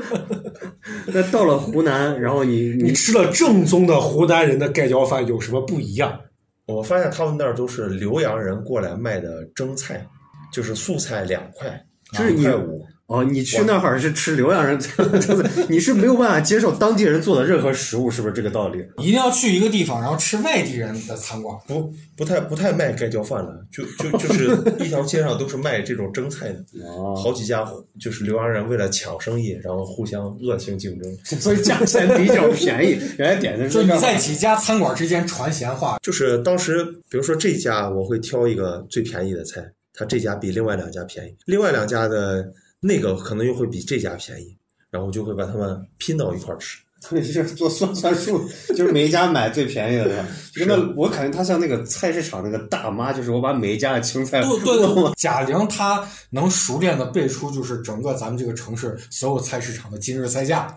D: <laughs> 那到了湖南，然后你
A: 你
D: 你
A: 吃了正宗的湖南人的盖浇饭有什么不一样？
B: 我发现他们那儿都是浏阳人过来卖的蒸菜，就是素菜两块，
D: 就是你
B: 两块五。
D: 哦，你去那儿是吃浏阳人， <laughs> 就是你是没有办法接受当地人做的任何食物，是不是这个道理？
C: 一定要去一个地方，然后吃外地人的餐馆。
B: 不不太不太卖盖浇饭了，就就就是 <laughs> 一条街上都是卖这种蒸菜的，
D: 哦，
B: 好几家就是浏阳人为了抢生意，然后互相恶性竞争。
D: 所以价钱比较便宜，人家点
B: <laughs>
D: 的
C: 就是你
D: 这
C: 在
D: 个
C: 几家餐馆之间传闲话，
B: 就是当时比如说这家我会挑一个最便宜的菜，它这家比另外两家便宜，另外两家的那个可能又会比这家便宜，然后我就会把它们拼到一块儿吃。
D: 就是做算算数， <laughs> 就是每一家买最便宜的。是吧那我感觉他像那个菜市场那个大妈，就是我把每一家的青
C: <laughs>
D: 菜
C: 对对对，贾玲她能熟练的背出就是整个咱们这个城市所有菜市场的今日菜价，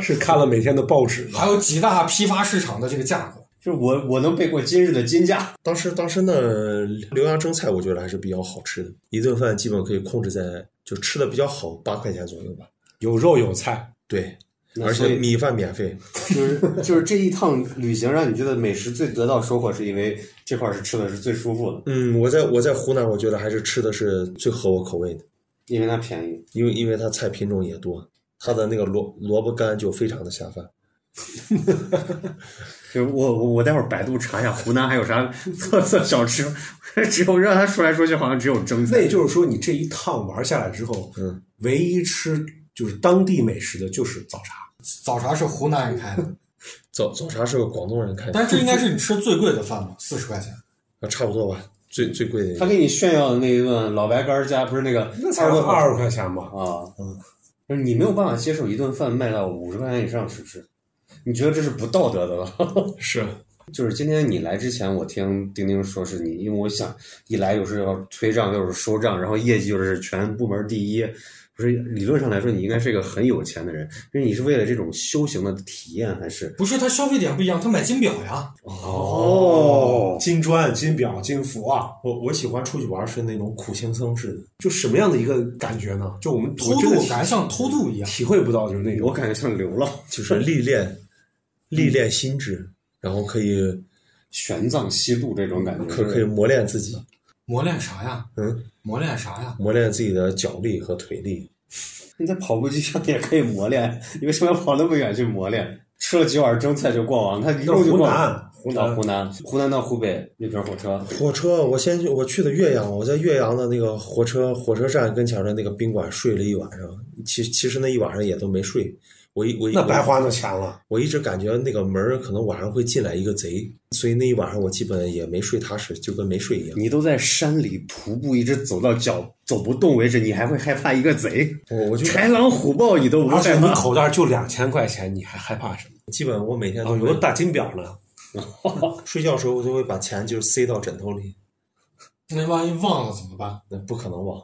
A: 是看了每天的报纸吗？
C: 还有几大批发市场的这个价格。
D: 就是我我能背过今日的金价，
B: 当时当时那浏阳蒸菜我觉得还是比较好吃的，一顿饭基本可以控制在就吃的比较好八块钱左右吧。
A: 有肉有菜，
B: 对，
D: 那
B: 而
D: 所以
B: 且米饭免费。
D: <laughs> 就是就是这一趟旅行让你觉得美食最得到收获，是因为这块儿是吃的是最舒服的，
B: 嗯，我在我在湖南，我觉得还是吃的是最合我口味的，
D: 因为它便宜。
B: 因为因为它菜品种也多，它的那个萝萝卜干就非常的下饭，
D: 就是我我我待会儿百度查一下湖南还有啥特色小吃， <laughs> 只有让他说来说去好像只有蒸菜
A: 那。也就是说，你这一趟玩下来之后，
B: 嗯，
A: 唯一吃就是当地美食的就是早茶。
C: 早茶是湖南人开 <laughs> 的，
B: 早早茶是个广东人开的，
C: 但是这应该是你吃最贵的饭吧，四十块钱。
B: 啊差不多吧，最最贵的一
D: 他
B: 个。
D: 给你炫耀的那一顿老白干儿加不是那个二锅头
A: 二十块钱吧？
D: 啊，就是你没有办法接受一顿饭卖到五十块钱以上，是不是？你觉得这是不道德的了？
C: 是，
D: <laughs> 就是今天你来之前，我听丁丁说是你，因为我想一来又是要催账，又是收账，然后业绩又是全部门第一。不是理论上来说，你应该是一个很有钱的人，因为你是为了这种修行的体验，还是
C: 不是他消费点不一样，他买金表呀。
D: 哦
A: 金砖、金表、金佛啊，
B: 我我喜欢出去玩是那种苦行僧式的，
A: 就什么样的一个感觉呢？就我们
C: 偷
A: 我
C: 渡
A: 真的体
C: 感觉像偷渡一样。
A: 体会不到，就是那
D: 我
A: 种
D: 感觉像流浪
B: 就是历 <laughs> 练历练心智，然后可以
D: 玄奘西渡这种感觉，
B: 可可以磨练自己，
C: 磨练啥呀？
B: 嗯，
C: 磨练啥呀？
B: 磨练自己的脚力和腿力。
D: 你在跑步机上也可以磨练，你为什么要跑那么远去磨练？吃了几碗蒸菜就过网，他一路就过网。湖南，湖南，湖南到湖北那瓶火车，
B: 火车，我先去，我去的岳阳，我在岳阳的那个火车火车站跟前的那个宾馆睡了一晚上，其其实那一晚上也都没睡，我一我一
A: 那白花那钱了。
B: 我一直感觉那个门儿可能晚上会进来一个贼，所以那一晚上我基本也没睡踏实，就跟没睡一样。
D: 你都在山里徒步，一直走到脚走不动为止，你还会害怕一个贼？
B: 我我就
D: <laughs> 豺狼虎豹你都不
A: 而且
D: 害
A: 你
D: 怕？
A: 口袋就两千块钱，你还害怕什么？
B: 基本我每天
A: 哦，
B: 都
A: 有
B: 会
A: 个大金表呢，
B: 睡觉的时候，我就会把钱就塞到枕头里，
C: 那万一忘了怎么办？
B: 那不可能忘。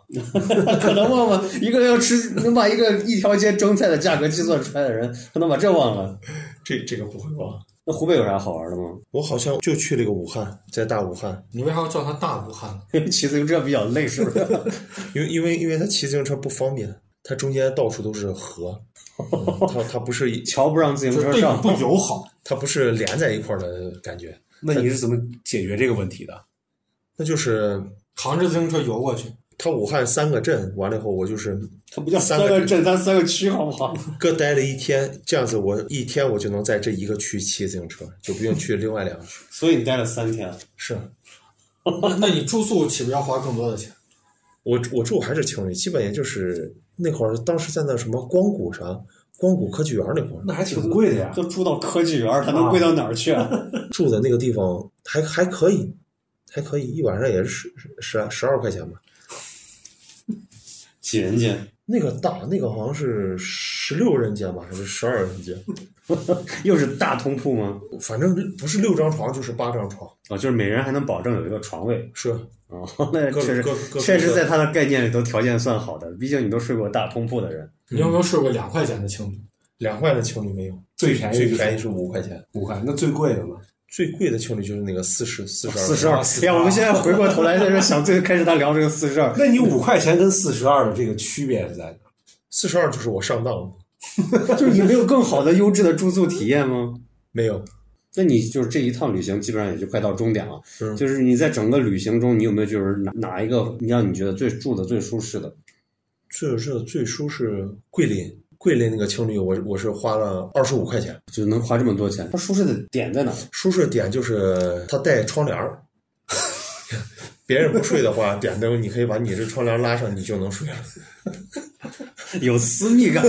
D: 可能忘了一个要吃能把一个一条街蒸菜的价格计算出来的人，他能把这忘了？
B: 这这个不会忘。
D: 那湖北有啥好玩的吗？
B: 我好像就去了一个武汉，在大武汉，
C: 你为啥要叫他大武汉呢？
D: 因为骑自行车比较累，是不是？ <laughs>
B: 因为因为因为它骑自行车不方便，它中间到处都是河，嗯它它不是一
D: 桥不让自
C: 就
D: 行
C: 是
D: 车
C: 对
D: 上
C: 你，不友好。
B: 它不是连在一块儿的感觉，
A: 那你是怎么解决这个问题的？
B: 那就是
C: 扛着自行车游过去，
B: 它武汉三个镇完了以后，我就是
D: 它不叫三个镇，咱三个区，好不好？
B: 各待了一天，这样子我一天我就能在这一个区骑自行车，就不用去另外两个区。
D: 所以你待了三天。啊
B: 是
C: 那那你住宿岂不是要花更多的钱？
B: 我我住还是情侣，基本也就是那会儿，当时在那什么光谷啥光谷科技园那会儿
A: 那还挺贵的呀。
D: 都住到科技园儿，它能贵到哪儿去啊？
B: 住的那个地方还还可以，还可以，一晚上也是十十十二块钱吧。
D: <laughs> 几人间？
B: 那个大，那个好像是十六人间吧，还是十二人间？
D: 又是大通铺吗？
B: 反正不是六张床就是八张床，
D: 啊，就是每人还能保证有一个床位
B: 是
D: 啊、 <laughs> 那
B: 各
D: 确实
B: 各各
D: 确实在他的概念里头条件算好的，毕竟你都睡过大通铺的人。
C: 你有没有睡过两块钱
A: <laughs>
C: 的青旅？
B: 两块的情侣没有，
A: 最便宜
B: 最便宜是五块钱，
A: 五块，那最贵的呢？
B: 最贵的情侣就是那个四十四十二
D: <laughs> 四十二，哎呀，我们现在回过头来在这想，最开始他聊这个四十 <laughs> 二，
A: 那你五块钱跟四十二的这个区别在哪？
B: 四十二就是我上当了，
D: 就是你没有更好的优质的住宿体验吗？
B: 没有，
D: 那你就是这一趟旅行基本上也就快到终点了。
B: 嗯
D: 就是你在整个旅行中，你有没有就是哪哪一个你让你觉得最住的最舒适的？
B: 最是最舒适桂林，桂林那个情侣我我是花了二十五块钱，
D: 就能花这么多钱？它舒适的点在哪？
B: 舒适点就是它带窗帘儿， <laughs> 别人不睡的话，点灯你可以把你这窗帘拉上，你就能睡了，
D: 有私密感。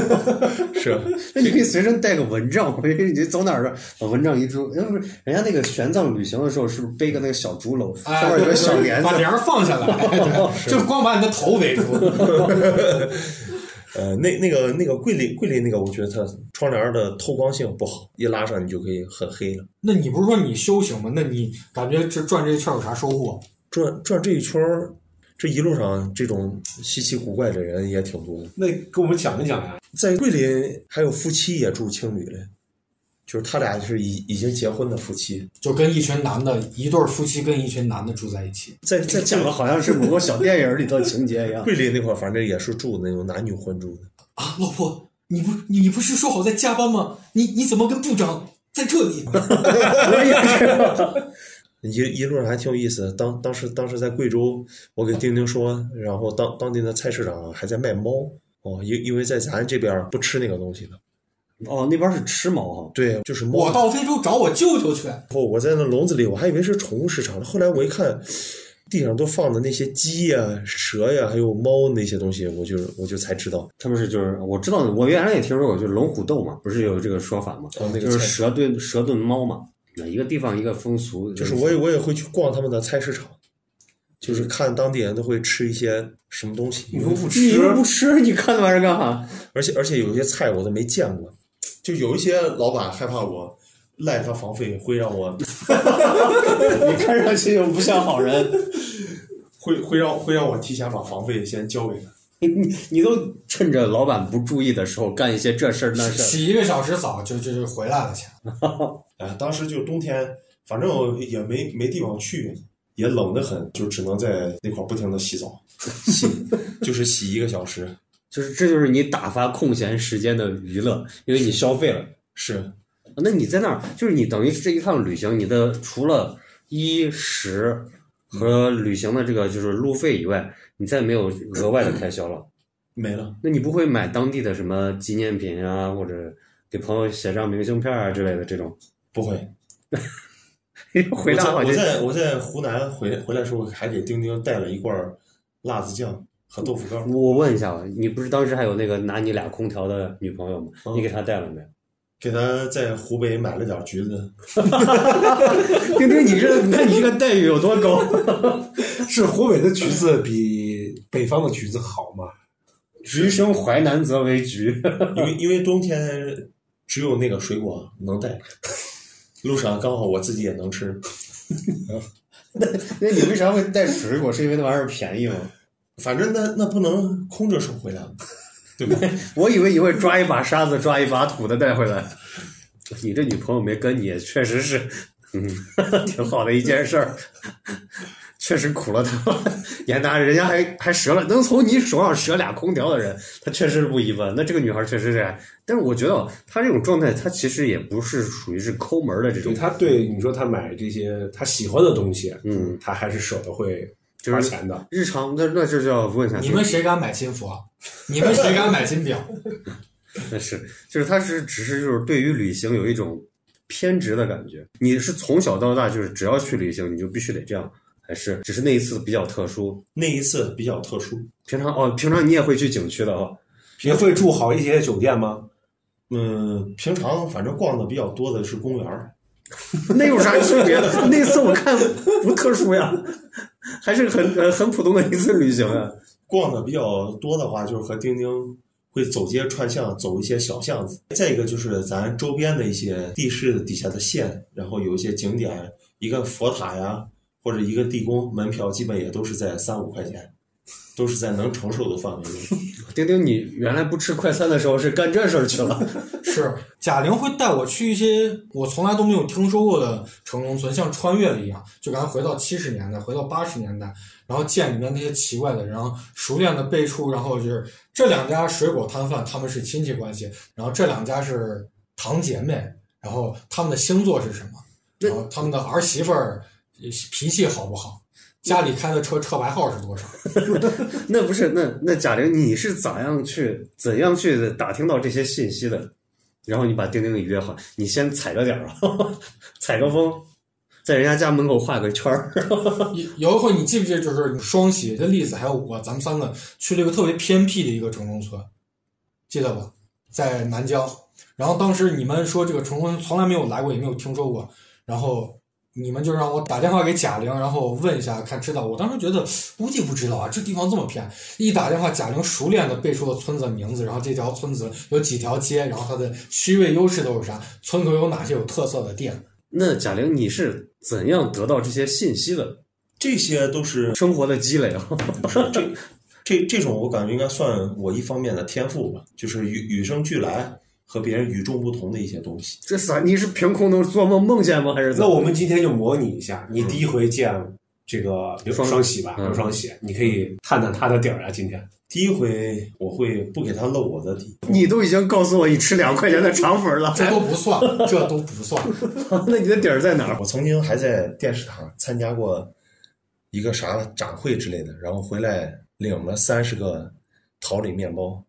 B: 是。
D: <laughs> 那你可以随身带个蚊帐，因为你走哪儿把蚊帐一出，哎，不是，人家那个玄奘旅行的时候，是不是背个那个小竹篓，
C: 啊
D: 上面有个小帘子
C: 哎把？帘儿放下来，
A: <laughs>
C: 就光把你的头围住。
B: 呃，那那个那个桂林桂林那个，我觉得它窗帘的透光性不好，一拉上你就可以很黑了。
C: 那你不是说你修行吗？那你感觉这转这一圈有啥收获？
B: 转转这一圈儿，这一路上这种稀奇古怪的人也挺多的。
A: 那跟我们讲一讲呀。
B: 在桂林还有夫妻也住青旅嘞，就是他俩是已已经结婚的夫妻，
C: 就跟一群男的，一对儿夫妻跟一群男的住在一起，
B: 在在
D: 讲
B: 这
D: 的
B: 个
D: 好像是某个小电影里头情节一样。
B: 桂林那块儿，反正也是住那种男女混住的。
C: 啊，老婆，你不你不是说好在加班吗？你你怎么跟部长在这里？
D: 我也是。
B: 一一路上还挺有意思的，当当时当时在贵州，我给丁丁说，然后当当地的菜市场还在卖猫哦，因因为在咱这边儿不吃那个东西的，
D: 哦，那边是吃毛哈，
B: 对，就是猫。
C: <laughs> 我到非洲找我舅舅去，
B: 然后我在那笼子里，我还以为是宠物市场，后来我一看，地上都放的那些鸡呀、蛇呀、还有猫那些东西，我就我就才知道，
D: 他们是就是我知道，我原来也听说过，就是龙虎斗嘛，不是有这个说法嘛，
B: 哦那个
D: 就是
B: 菜
D: 蛇炖蛇炖猫嘛，那一个地方一个风俗，
B: 就是我也我也会去逛他们的菜市场，就是看当地人都会吃一些什么东西，
A: 你说不
D: 你
A: 吃
D: 又不吃，你看那玩意儿干啥？
B: 而且而且有一些菜我都没见过，
F: 就有一些老板害怕我
B: 赖他房费会让我
D: 你看上去又不像好人，
F: 会会让会让我提前把房费先交给他。
D: 你你都趁着老板不注意的时候干一些这事儿那事儿，
C: 洗一个小时澡就就就回来了，钱。
F: 哎，当时就冬天，反正也没没地方去，也冷得很，就只能在那块儿不停的洗澡，洗 <laughs> 就是洗一个小时。
D: 就是这就是你打发空闲时间的娱乐，因为你消费了。
F: 是，
D: 那你在那儿，就是你等于这一趟旅行，你的除了衣食和旅行的这个就是路费以外，你再没有额外的开销了。
F: 没了。
D: 那你不会买当地的什么纪念品啊，或者给朋友写张明信片啊之类的这
B: <laughs>
D: 种？
F: 不会，
D: 回答好
B: 我
D: 像
B: 在我在我在湖南回回来的时候还给丁丁带了一罐辣子酱和豆腐干，
D: 我问一下吧，啊你不是当时还有那个拿你俩空调的女朋友吗？
B: 嗯
D: 你给她带了没？
B: 给他在湖北买了点橘子，
D: <laughs> 丁丁，你这你看你这个待遇有多高？
A: <laughs> 是湖北的橘子比北方的橘子好吗？
D: <laughs> 橘生淮南则为橘。
B: 因为因为冬天只有那个水果能带，路上刚好我自己也能吃，
D: <laughs> 那你为啥会带水果？是因为那玩意儿便宜吗？
B: 反正那那不能空着手回来，对吧？
D: 我以为你会抓一把沙子，抓一把土的带回来。 <laughs> 你这女朋友没跟你，确实是，嗯， <laughs> 挺好的一件事儿。确实苦了她，严达人家还还折了，能从你手上折俩空调的人，他确实是不一般。那这个女孩确实是，但是我觉得她这种状态，她其实也不是属于是抠门儿的这
A: 就
D: 种，
A: 他对你说他买这些他喜欢的东西，
D: 嗯，
A: 他还是舍得会
D: 就是
A: 花钱的。
D: 日常那那这就要问一下，
C: 你们谁敢买金佛？啊你们谁敢买金表？
D: 那是，就是他是只是就是对于旅行有一种偏执的感觉。你是从小到大就是只要去旅行你就必须得这样，还是只是那一次比较特殊？
B: 那一次比较特殊，
D: 平常哦，平常你也会去景区的哦。
A: 也会住好一些酒店吗？
B: 嗯，平常反正逛的比较多的是公园儿，
D: 那有啥区别？ <laughs> 那次我看不特殊呀，还是很呃很普通的一次旅行啊。
B: 逛的比较多的话，就是和丁丁会走街串巷，走一些小巷子。再一个就是咱周边的一些地势底下的县，然后有一些景点，一个佛塔呀，或者一个地宫，门票基本也都是在三五块钱，都是在能承受的范围内。
D: 丁丁，你原来不吃快餐的时候是干这事儿去了？
C: 是贾玲会带我去一些我从来都没有听说过的城中村，像穿越了一样，就感觉回到七十年代，回到八十年代，然后见里面那些奇怪的人，然后熟练的背出，然后就是这两家水果摊贩他们是亲戚关系，然后这两家是堂姐妹，然后他们的星座是什么，然后他们的儿媳妇儿脾气好不好，家里开的车车牌号是多少。
D: 那不是那那贾玲，你是咋样去怎样去打听到这些信息的？然后你把丁丁给约好，你先踩着点儿啊， <laughs> 踩着风，在人家家门口画个圈儿。
C: 有有一回，你记不记得，就是双喜跟栗子还有我，咱们三个去了一个特别偏僻的一个城中村，记得吧？在南郊。然后当时你们说这个城中村从来没有来过，也没有听说过，然后你们就让我打电话给贾玲，然后问一下看知道。我当时觉得估计不知道啊，这地方这么偏。一打电话，贾玲熟练的背出了村子的名字，然后这条村子有几条街，然后它的区位优势都有啥，村口有哪些有特色的店。 <laughs>
D: 那贾玲，你是怎样得到这些信息的？
B: 这些都是
D: 生活的积累啊， <laughs>
B: 这这种我感觉应该算我一方面的天赋吧，就是与与生俱来和别人与众不同的一些东西。
D: 这啥？你是凭空都是做梦梦见吗？还是怎
A: 那
D: 么？
A: 我们今天就模拟一下，你第一回见这个刘
D: 双
A: 双喜吧，
D: 嗯
A: 刘双喜，你可以探探他的底儿啊。今天
B: 第一回我会不给他露我的底，
D: 你都已经告诉我你吃两块钱的肠粉了， <laughs>
C: 这都不算，这都不算。
D: 那你的底儿在哪儿？
B: 啊我曾经还在电视塔参加过一个啥展会之类的，然后回来领了三十个桃李面包，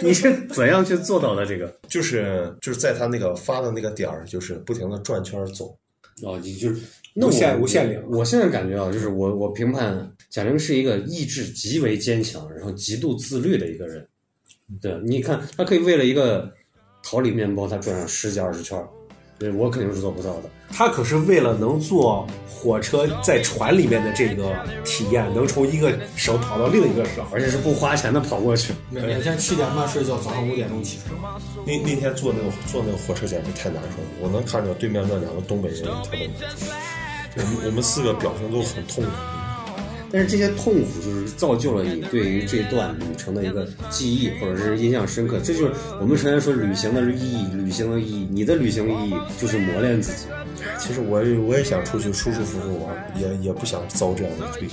D: 你是怎样去做到的这个？
B: 就是就是在他那个发的那个点儿，就是不停的转圈儿走。
D: 哦，你就是那我
A: 无限无限量
D: 我现在感觉啊，就是我我评判贾玲是一个意志极为坚强，然后极度自律的一个人。
A: 嗯
D: 对，你看他可以为了一个桃李面包，他转上十几二十圈儿，对我肯定是做不到的。
A: 他可是为了能坐火车在船里面的这个体验，能从一个省跑到另一个省，
D: 而且是不花钱的跑过去。
C: 嗯
G: 每每天七点半睡觉，早上五点钟起床。
B: 那那天坐那个坐那个火车简直太难受了，我能看着对面那两个东北人他们，我们我们四个表情都很痛苦。
D: 但是这些痛苦就是造就了你对于这段旅程的一个记忆，或者是印象深刻。这就是我们常常说旅行的意义，旅行的意义，你的旅行意义就是磨练自己。
B: 其实我也我也想出去舒舒服服玩，也也不想遭这样的罪。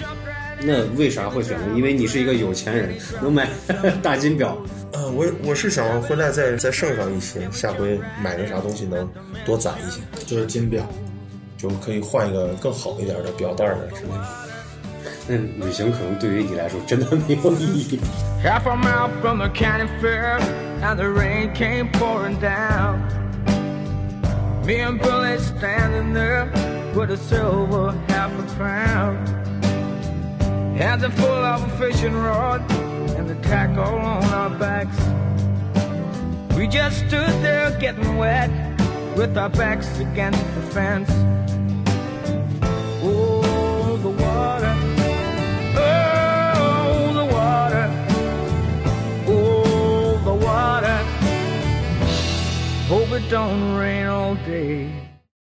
D: 那为啥会选择？因为你是一个有钱人，能买 <laughs> 大金表。
B: 嗯，我我是想回来再再剩上一些，下回买个啥东西能多攒一些，
G: 就是金表，
B: 就可以换一个更好一点的表带儿啊之类的。
D: 那旅行可能对于你来说真的没有意义。
H: Half a mile from the county fair, and the rain came pouring down. Me and Billy standing there with a silver half a crown. Hands are full of a fishing rod and the tackle on our backs. We just stood there getting wet with our backs against the fence. Oh, the water. Oh, the water. Oh, the water. Hope it don't rain all day.